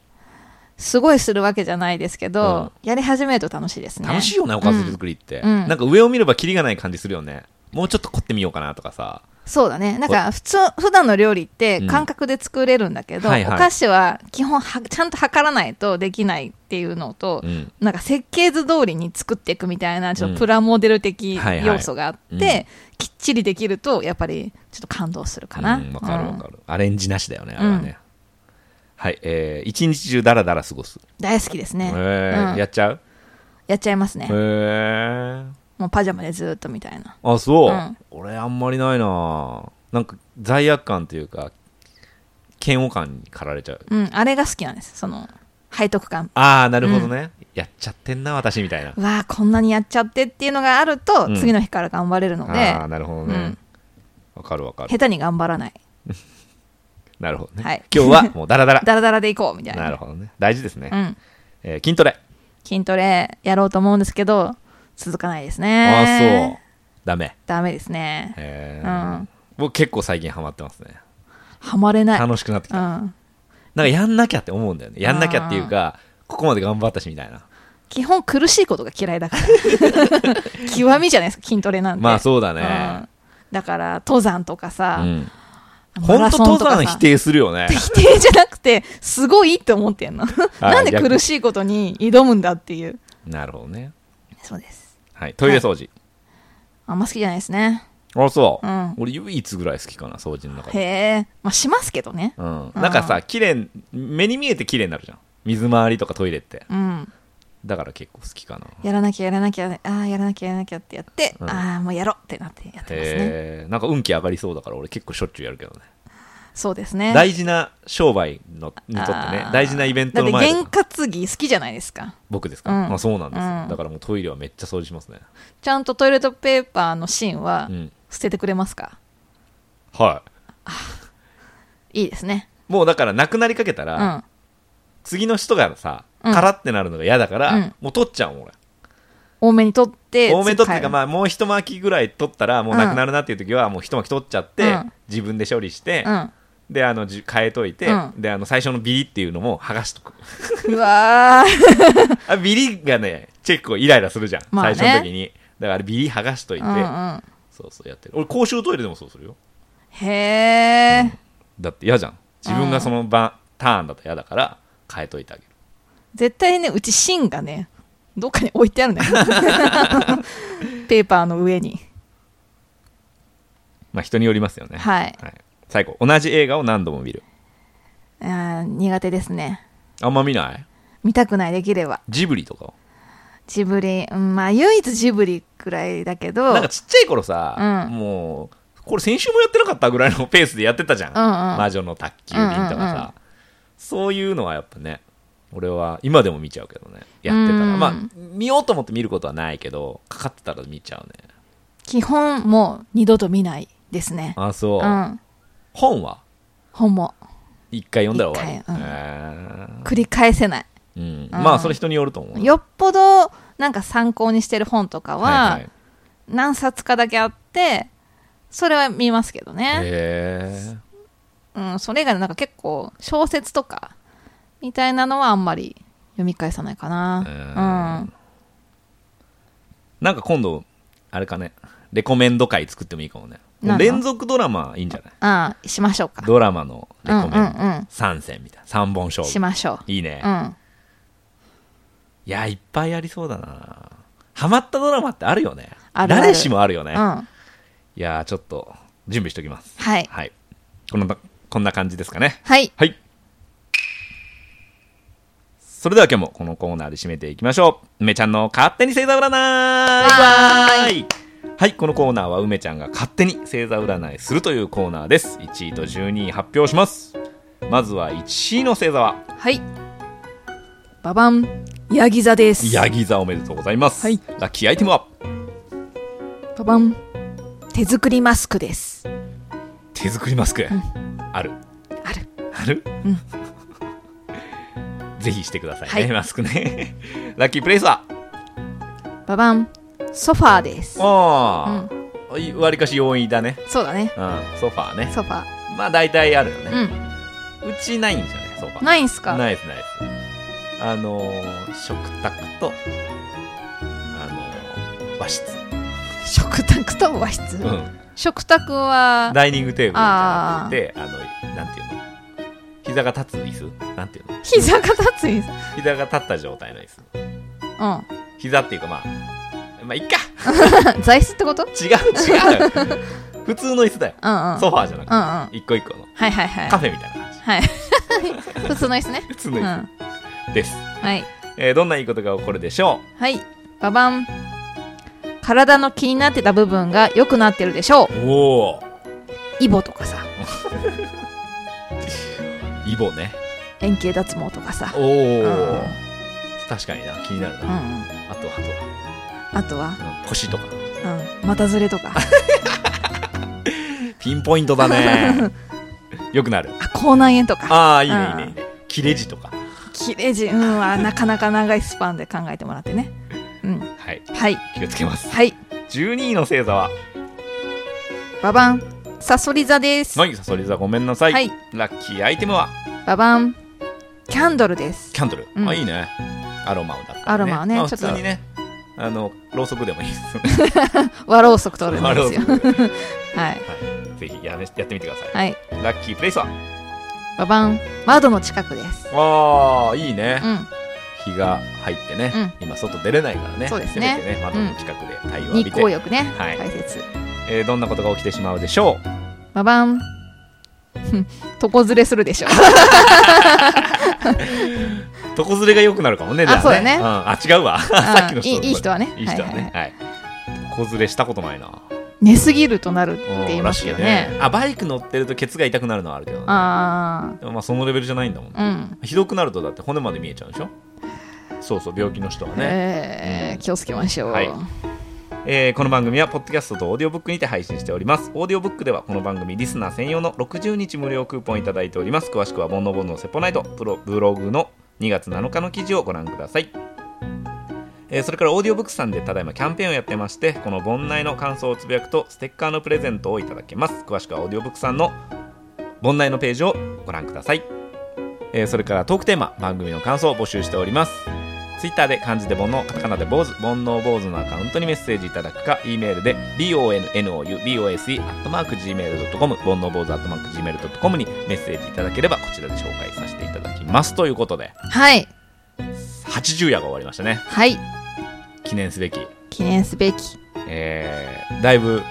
[SPEAKER 2] すごいするわけじゃないですけど、やり始めると楽しいですね。
[SPEAKER 1] 楽しいよね、おかず作りって。
[SPEAKER 2] うんうん
[SPEAKER 1] なんか上を見ればキリがない感じするよね。もうちょっと凝ってみようかなとかさ。
[SPEAKER 2] そうだね。なんか、普通、普段の料理って
[SPEAKER 1] うん
[SPEAKER 2] 感覚で作れるんだけど、
[SPEAKER 1] はいはい
[SPEAKER 2] お菓子は基本は、ちゃんと測らないとできないっていうのと、
[SPEAKER 1] うん。
[SPEAKER 2] なんか設計図通りに作っていくみたいな、ちょっ
[SPEAKER 1] うん
[SPEAKER 2] とプラモデル的
[SPEAKER 1] はいはい
[SPEAKER 2] 要素があって、
[SPEAKER 1] うん
[SPEAKER 2] きっちりできると、やっぱり、ちょっと感動するかな。
[SPEAKER 1] うんわかるわ
[SPEAKER 2] うん
[SPEAKER 1] かる。アレンジなしだよね、あれはね。はい、えー一日中ダラダラ過ごす。
[SPEAKER 2] 大好きですね。
[SPEAKER 1] えー
[SPEAKER 2] うん
[SPEAKER 1] やっちゃう
[SPEAKER 2] やっちゃいますね
[SPEAKER 1] へ。え。
[SPEAKER 2] もうパジャマでずーっとみたいな。。
[SPEAKER 1] あ、そううん俺あんまりないななんか罪悪感というか、嫌悪感に駆られちゃう。
[SPEAKER 2] うん、あれが好きなんです。その、背徳感。
[SPEAKER 1] ああ、なるほどね。やっちゃってんな、私みたいな。
[SPEAKER 2] うわあこんなにやっちゃってっていうのがあると、
[SPEAKER 1] うん
[SPEAKER 2] 次の日から頑張れるので
[SPEAKER 1] ああ、、なるほど
[SPEAKER 2] う
[SPEAKER 1] ね
[SPEAKER 2] ん。
[SPEAKER 1] わかるわかる
[SPEAKER 2] 下。手に頑張らない。
[SPEAKER 1] なるほどね、
[SPEAKER 2] はい
[SPEAKER 1] 今日はもうダラダ ラ
[SPEAKER 2] ダラダラでいこうみたいな
[SPEAKER 1] なるほどね大事ですね、
[SPEAKER 2] うん、
[SPEAKER 1] えー筋トレ
[SPEAKER 2] 筋トレやろうと思うんですけど続かないです
[SPEAKER 1] ああそう
[SPEAKER 2] ね
[SPEAKER 1] ダメ
[SPEAKER 2] ダメですね
[SPEAKER 1] へ
[SPEAKER 2] う
[SPEAKER 1] ー
[SPEAKER 2] ん
[SPEAKER 1] 僕結構最近ハマってますね
[SPEAKER 2] ハマれない、うん、
[SPEAKER 1] 楽しくなってきたなんかやんなきゃって思うんだよねやんなきゃっていうかここまで頑張ったしみたいな
[SPEAKER 2] 基本苦しいことが嫌いだ から極みじゃないですか筋トレなんて
[SPEAKER 1] まあそうだ
[SPEAKER 2] う
[SPEAKER 1] ね
[SPEAKER 2] ん、だから登山とかさ、
[SPEAKER 1] うん
[SPEAKER 2] マ
[SPEAKER 1] 本
[SPEAKER 2] ラ
[SPEAKER 1] 当
[SPEAKER 2] ソン
[SPEAKER 1] 登
[SPEAKER 2] とかさ
[SPEAKER 1] 山否定するよ ね
[SPEAKER 2] 否定じゃなくてすごいって思ってんの
[SPEAKER 1] あ
[SPEAKER 2] なんで
[SPEAKER 1] 逆
[SPEAKER 2] 苦しいことに挑むんだっていう
[SPEAKER 1] なるほどね
[SPEAKER 2] そうです
[SPEAKER 1] はいトイレ掃除、
[SPEAKER 2] あんま好きじゃないですね
[SPEAKER 1] あそう、
[SPEAKER 2] うん
[SPEAKER 1] 俺唯一ぐらい好きかな掃除の中
[SPEAKER 2] へ
[SPEAKER 1] で
[SPEAKER 2] えまあしますけどね
[SPEAKER 1] うん、
[SPEAKER 2] うん
[SPEAKER 1] なんかさ綺麗目に見えて綺麗になるじゃん水回りとかトイレって
[SPEAKER 2] うん
[SPEAKER 1] だから結構好きかな
[SPEAKER 2] やらなきゃやらなきゃああやらなきゃやらなきゃってやって、
[SPEAKER 1] うん
[SPEAKER 2] ああもうやろうってなってやってますね
[SPEAKER 1] へえなんか運気上がりそうだから俺結構しょっちゅうやるけどね
[SPEAKER 2] そうですね
[SPEAKER 1] 大事な商売のにとってね
[SPEAKER 2] あー
[SPEAKER 1] 大事なイベントの前
[SPEAKER 2] だ
[SPEAKER 1] と
[SPEAKER 2] って
[SPEAKER 1] か
[SPEAKER 2] 験担ぎ好きじゃないですか
[SPEAKER 1] 僕ですか、
[SPEAKER 2] うん
[SPEAKER 1] まあ、そうなんですよ、
[SPEAKER 2] うん
[SPEAKER 1] だからもうトイレはめっちゃ掃除しますね
[SPEAKER 2] ちゃんとトイレットペーパーの芯は
[SPEAKER 1] うん
[SPEAKER 2] 捨ててくれますか、
[SPEAKER 1] はい
[SPEAKER 2] いですね
[SPEAKER 1] いもうだからなくなりかけた
[SPEAKER 2] う
[SPEAKER 1] ら、
[SPEAKER 2] ん
[SPEAKER 1] 次の人がさ
[SPEAKER 2] うん
[SPEAKER 1] カラってなるのが嫌だから、
[SPEAKER 2] うん
[SPEAKER 1] もう取っちゃうもん俺
[SPEAKER 2] 多めに取って
[SPEAKER 1] 多めに取ってか、
[SPEAKER 2] ま
[SPEAKER 1] まあ、もう一巻きぐらい取ったらもうなくなるなっていう時は、もう一巻き取っちゃって、
[SPEAKER 2] うん
[SPEAKER 1] 自分で処理して、
[SPEAKER 2] あ
[SPEAKER 1] であのじ変えといて、
[SPEAKER 2] うん
[SPEAKER 1] であの最初のビリっていうのも剥がしとく
[SPEAKER 2] うんうわー
[SPEAKER 1] あビリがね結構イライラするじゃん、
[SPEAKER 2] まあね
[SPEAKER 1] 最初の時にだからあれビリ剥がしといて、
[SPEAKER 2] うんうん
[SPEAKER 1] そうそうやってる俺公衆トイレでもそうするよ
[SPEAKER 2] へえ、
[SPEAKER 1] だって嫌じゃん自分がその場ターンだと嫌だから変えといてあげる
[SPEAKER 2] 絶対ねうち芯がねどっかに置いてあ るんだよペーパーの上に
[SPEAKER 1] まあ人によりますよね
[SPEAKER 2] はい
[SPEAKER 1] はい、最後同じ映画を何度も見る
[SPEAKER 2] あー苦手ですね
[SPEAKER 1] あんま見ない
[SPEAKER 2] 見たくないできれば
[SPEAKER 1] ジブリとか
[SPEAKER 2] ジブリ、うん、まあ唯一ジブリくらいだけど
[SPEAKER 1] なんかちっちゃい頃さ、
[SPEAKER 2] うん
[SPEAKER 1] もうこれ先週もやってなかったぐらいのペースでやってたじゃん、
[SPEAKER 2] うんうん
[SPEAKER 1] 魔女の宅急便とかさ、
[SPEAKER 2] うんうんうん
[SPEAKER 1] そういうのはやっぱね俺は今でも見ちゃうけどねやってたら、
[SPEAKER 2] うん
[SPEAKER 1] まあ見ようと思って見ることはないけどかかってたら見ちゃうね
[SPEAKER 2] 基本もう二度と見ないですね
[SPEAKER 1] あそう、
[SPEAKER 2] うん
[SPEAKER 1] 本は
[SPEAKER 2] 本も
[SPEAKER 1] 一回読んだら終わり、
[SPEAKER 2] 一回うん
[SPEAKER 1] へー
[SPEAKER 2] 繰り返せない
[SPEAKER 1] うん
[SPEAKER 2] ん
[SPEAKER 1] まあそれ人によると思う
[SPEAKER 2] よっぽどなんか参考にしてる本とか
[SPEAKER 1] はいは
[SPEAKER 2] はい何冊かだけあってそれは見ますけどね、
[SPEAKER 1] へ
[SPEAKER 2] うん、それ以外のなんか結構小説とかみたいなのはあんまり読み返さないか
[SPEAKER 1] え
[SPEAKER 2] な。
[SPEAKER 1] ーなんか今度あれかねレコメンド会作ってもいいかもね
[SPEAKER 2] なんの
[SPEAKER 1] 連続ドラマいいんじゃない
[SPEAKER 2] うん。ああ、しましょうか。
[SPEAKER 1] ドラマのレコメンド、
[SPEAKER 2] うんうんうん
[SPEAKER 1] 3戦みたいな3本勝
[SPEAKER 2] し
[SPEAKER 1] 負
[SPEAKER 2] ましょ
[SPEAKER 1] いいね、
[SPEAKER 2] う。うん。
[SPEAKER 1] いやいっぱいありそうだなハマったドラマってあるよね
[SPEAKER 2] あるある
[SPEAKER 1] 誰しもあるよね、
[SPEAKER 2] うん。
[SPEAKER 1] い
[SPEAKER 2] は
[SPEAKER 1] やーちょっと準備しておきます
[SPEAKER 2] い。
[SPEAKER 1] はいこんなこんな感じですかね
[SPEAKER 2] はい。
[SPEAKER 1] はい。それでは今日もこのコーナーで締めていきましょう。梅ちゃんの勝手に星座占い
[SPEAKER 2] バイバイ
[SPEAKER 1] はい、このコーナーは梅ちゃんが勝手に星座占いするというコーナーです。1位と12位発表します。まずは1位の星座は、
[SPEAKER 2] はい。ババン、ヤギ座です。
[SPEAKER 1] ヤギ座おめでとうございます。
[SPEAKER 2] はい
[SPEAKER 1] ラッキーアイテムは、
[SPEAKER 2] ババン、手作りマスクです。
[SPEAKER 1] 手作りマスク。ある。
[SPEAKER 2] ある。
[SPEAKER 1] ある、 ぜひしてくださいね、
[SPEAKER 2] はい
[SPEAKER 1] マスクね。 ラッキープレイスは、
[SPEAKER 2] ババン、ソファーです。
[SPEAKER 1] ああ、いわりかし容易だね。
[SPEAKER 2] そうだね。
[SPEAKER 1] うん、ソファーね。
[SPEAKER 2] ソファー。
[SPEAKER 1] まあ大体あるよね。
[SPEAKER 2] う
[SPEAKER 1] うちないんですよね、ソファー。
[SPEAKER 2] ん。ないんすか
[SPEAKER 1] ないです、ないです。あのー食卓と、あのー和室。
[SPEAKER 2] 食卓と和室。
[SPEAKER 1] うん。
[SPEAKER 2] 食卓は、
[SPEAKER 1] ダイニングテーブルみたいなので、あの、なんていうの膝が立つ椅子なんていうの
[SPEAKER 2] 膝が立つ椅子。
[SPEAKER 1] 膝が立った状態の椅子。
[SPEAKER 2] う
[SPEAKER 1] 膝っていうかまあ、まあ、いっか
[SPEAKER 2] ん。座椅子ってことうん
[SPEAKER 1] 違う、違 う普通の椅子だよ。
[SPEAKER 2] うん。
[SPEAKER 1] ソファーじゃな
[SPEAKER 2] うん
[SPEAKER 1] く
[SPEAKER 2] うん。は
[SPEAKER 1] て、一個一個の
[SPEAKER 2] いはいはい。
[SPEAKER 1] カフェみたいな感じ。
[SPEAKER 2] はい。 普通の椅子ね。
[SPEAKER 1] 普通
[SPEAKER 2] う
[SPEAKER 1] の
[SPEAKER 2] ん。
[SPEAKER 1] 椅
[SPEAKER 2] は
[SPEAKER 1] 子です。
[SPEAKER 2] い。
[SPEAKER 1] えーどんないいことが起こるでしょう
[SPEAKER 2] はい。ババン。体の気になってた部分が良くなってるでしょう。
[SPEAKER 1] おお
[SPEAKER 2] イボとかさ、
[SPEAKER 1] イボね
[SPEAKER 2] 円形脱毛とかさ。
[SPEAKER 1] おお、確かにな気になる
[SPEAKER 2] うん
[SPEAKER 1] な、
[SPEAKER 2] うん
[SPEAKER 1] あ。とあと、
[SPEAKER 2] あとは、
[SPEAKER 1] うん腰とか
[SPEAKER 2] うん。股ずれとか。
[SPEAKER 1] ピンポイントだねよくなる
[SPEAKER 2] あ口内炎とか
[SPEAKER 1] ああいいねいいね
[SPEAKER 2] うん
[SPEAKER 1] いいね切れ字とか
[SPEAKER 2] 切れ字うんはなかなか長いスパンで考えてもらってねうん
[SPEAKER 1] はい
[SPEAKER 2] はい
[SPEAKER 1] 気をつけ ます
[SPEAKER 2] はい
[SPEAKER 1] 12位の星座は
[SPEAKER 2] ババンサソリ座です
[SPEAKER 1] 何サソリ座ごめんなさい、
[SPEAKER 2] はい
[SPEAKER 1] ラッキーアイテムは
[SPEAKER 2] ババンキャンドルです
[SPEAKER 1] キャンドル、
[SPEAKER 2] うん
[SPEAKER 1] あいいねアロマをだったらね
[SPEAKER 2] アロマを
[SPEAKER 1] あ
[SPEAKER 2] ねちょっと
[SPEAKER 1] 普通にねあのろうそくでもいいです
[SPEAKER 2] 和ろうそく取るん
[SPEAKER 1] まあろ
[SPEAKER 2] で
[SPEAKER 1] う
[SPEAKER 2] す
[SPEAKER 1] そ
[SPEAKER 2] よ
[SPEAKER 1] くで もいい
[SPEAKER 2] はい
[SPEAKER 1] ぜひや,、ね、やってみてください、
[SPEAKER 2] はい
[SPEAKER 1] ラッキープレイスは
[SPEAKER 2] ババン窓の近くです
[SPEAKER 1] ああいいね
[SPEAKER 2] う、ん
[SPEAKER 1] 日が入ってね、今外出れないからね
[SPEAKER 2] そうですね
[SPEAKER 1] せめてね窓の近くで太陽浴び
[SPEAKER 2] 日
[SPEAKER 1] て、
[SPEAKER 2] 光浴ね
[SPEAKER 1] はい
[SPEAKER 2] 大切
[SPEAKER 1] えーどんなことが起きてしまうでしょう
[SPEAKER 2] ババン ふん床ずれするで しょ
[SPEAKER 1] 床ずれが良くなるかもねじゃあね
[SPEAKER 2] あそうだね
[SPEAKER 1] ん、あ違うわさっきの人
[SPEAKER 2] いいいい人はね
[SPEAKER 1] いい人はね、はい床ずれしたことないな
[SPEAKER 2] 寝すぎるとなるって
[SPEAKER 1] うん
[SPEAKER 2] 言いますけどね
[SPEAKER 1] らしいあバイク乗ってるとケツが痛くなるのはあるけど、ね、
[SPEAKER 2] あ
[SPEAKER 1] でもまあそのレベルじゃないんだもん、
[SPEAKER 2] あうん、
[SPEAKER 1] ひどくなるとだって骨まで見えちゃうでしょそうそう病気の人はね、
[SPEAKER 2] えー気をつけましょう、
[SPEAKER 1] はいえーこの番組はポッドキャストとオーディオブックにて配信しておりますオーディオブックではこの番組リスナー専用の60日無料クーポンいただいております詳しくはボンノボンのセポナイトプロブログの2月7日の記事をご覧くださいえーそれからオーディオブックスさんでただいまキャンペーンをやってましてこのボンナイの感想をつぶやくとステッカーのプレゼントをいただけます詳しくはオーディオブックスさんのボンナイのページをご覧くださいえーそれからトークテーマ番組の感想を募集しておりますツイッターで漢字で煩悩カタカナで坊主煩悩坊主のアカウントにメッセージいただくか E メールで bonoubose.gmail.com 煩悩坊主 .gmail.com にメッセージいただければこちらで紹介させていただきますということで
[SPEAKER 2] はい
[SPEAKER 1] 80夜が終わりましたね
[SPEAKER 2] はい
[SPEAKER 1] 記念すべき
[SPEAKER 2] 記念す べき
[SPEAKER 1] えー、だいぶ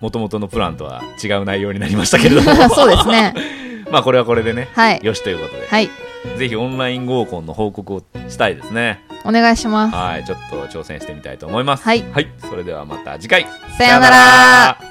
[SPEAKER 1] もともとのプランとは違う内容になりましたけれども
[SPEAKER 2] そうですね
[SPEAKER 1] まあこれはこれでね
[SPEAKER 2] はい
[SPEAKER 1] よしということで、
[SPEAKER 2] はい
[SPEAKER 1] ぜひオンライン合コンの報告をしたいですね
[SPEAKER 2] お願いします
[SPEAKER 1] はいちょっと挑戦してみたいと思います
[SPEAKER 2] はい
[SPEAKER 1] はい、それではまた次回
[SPEAKER 2] さようなら
[SPEAKER 1] うなら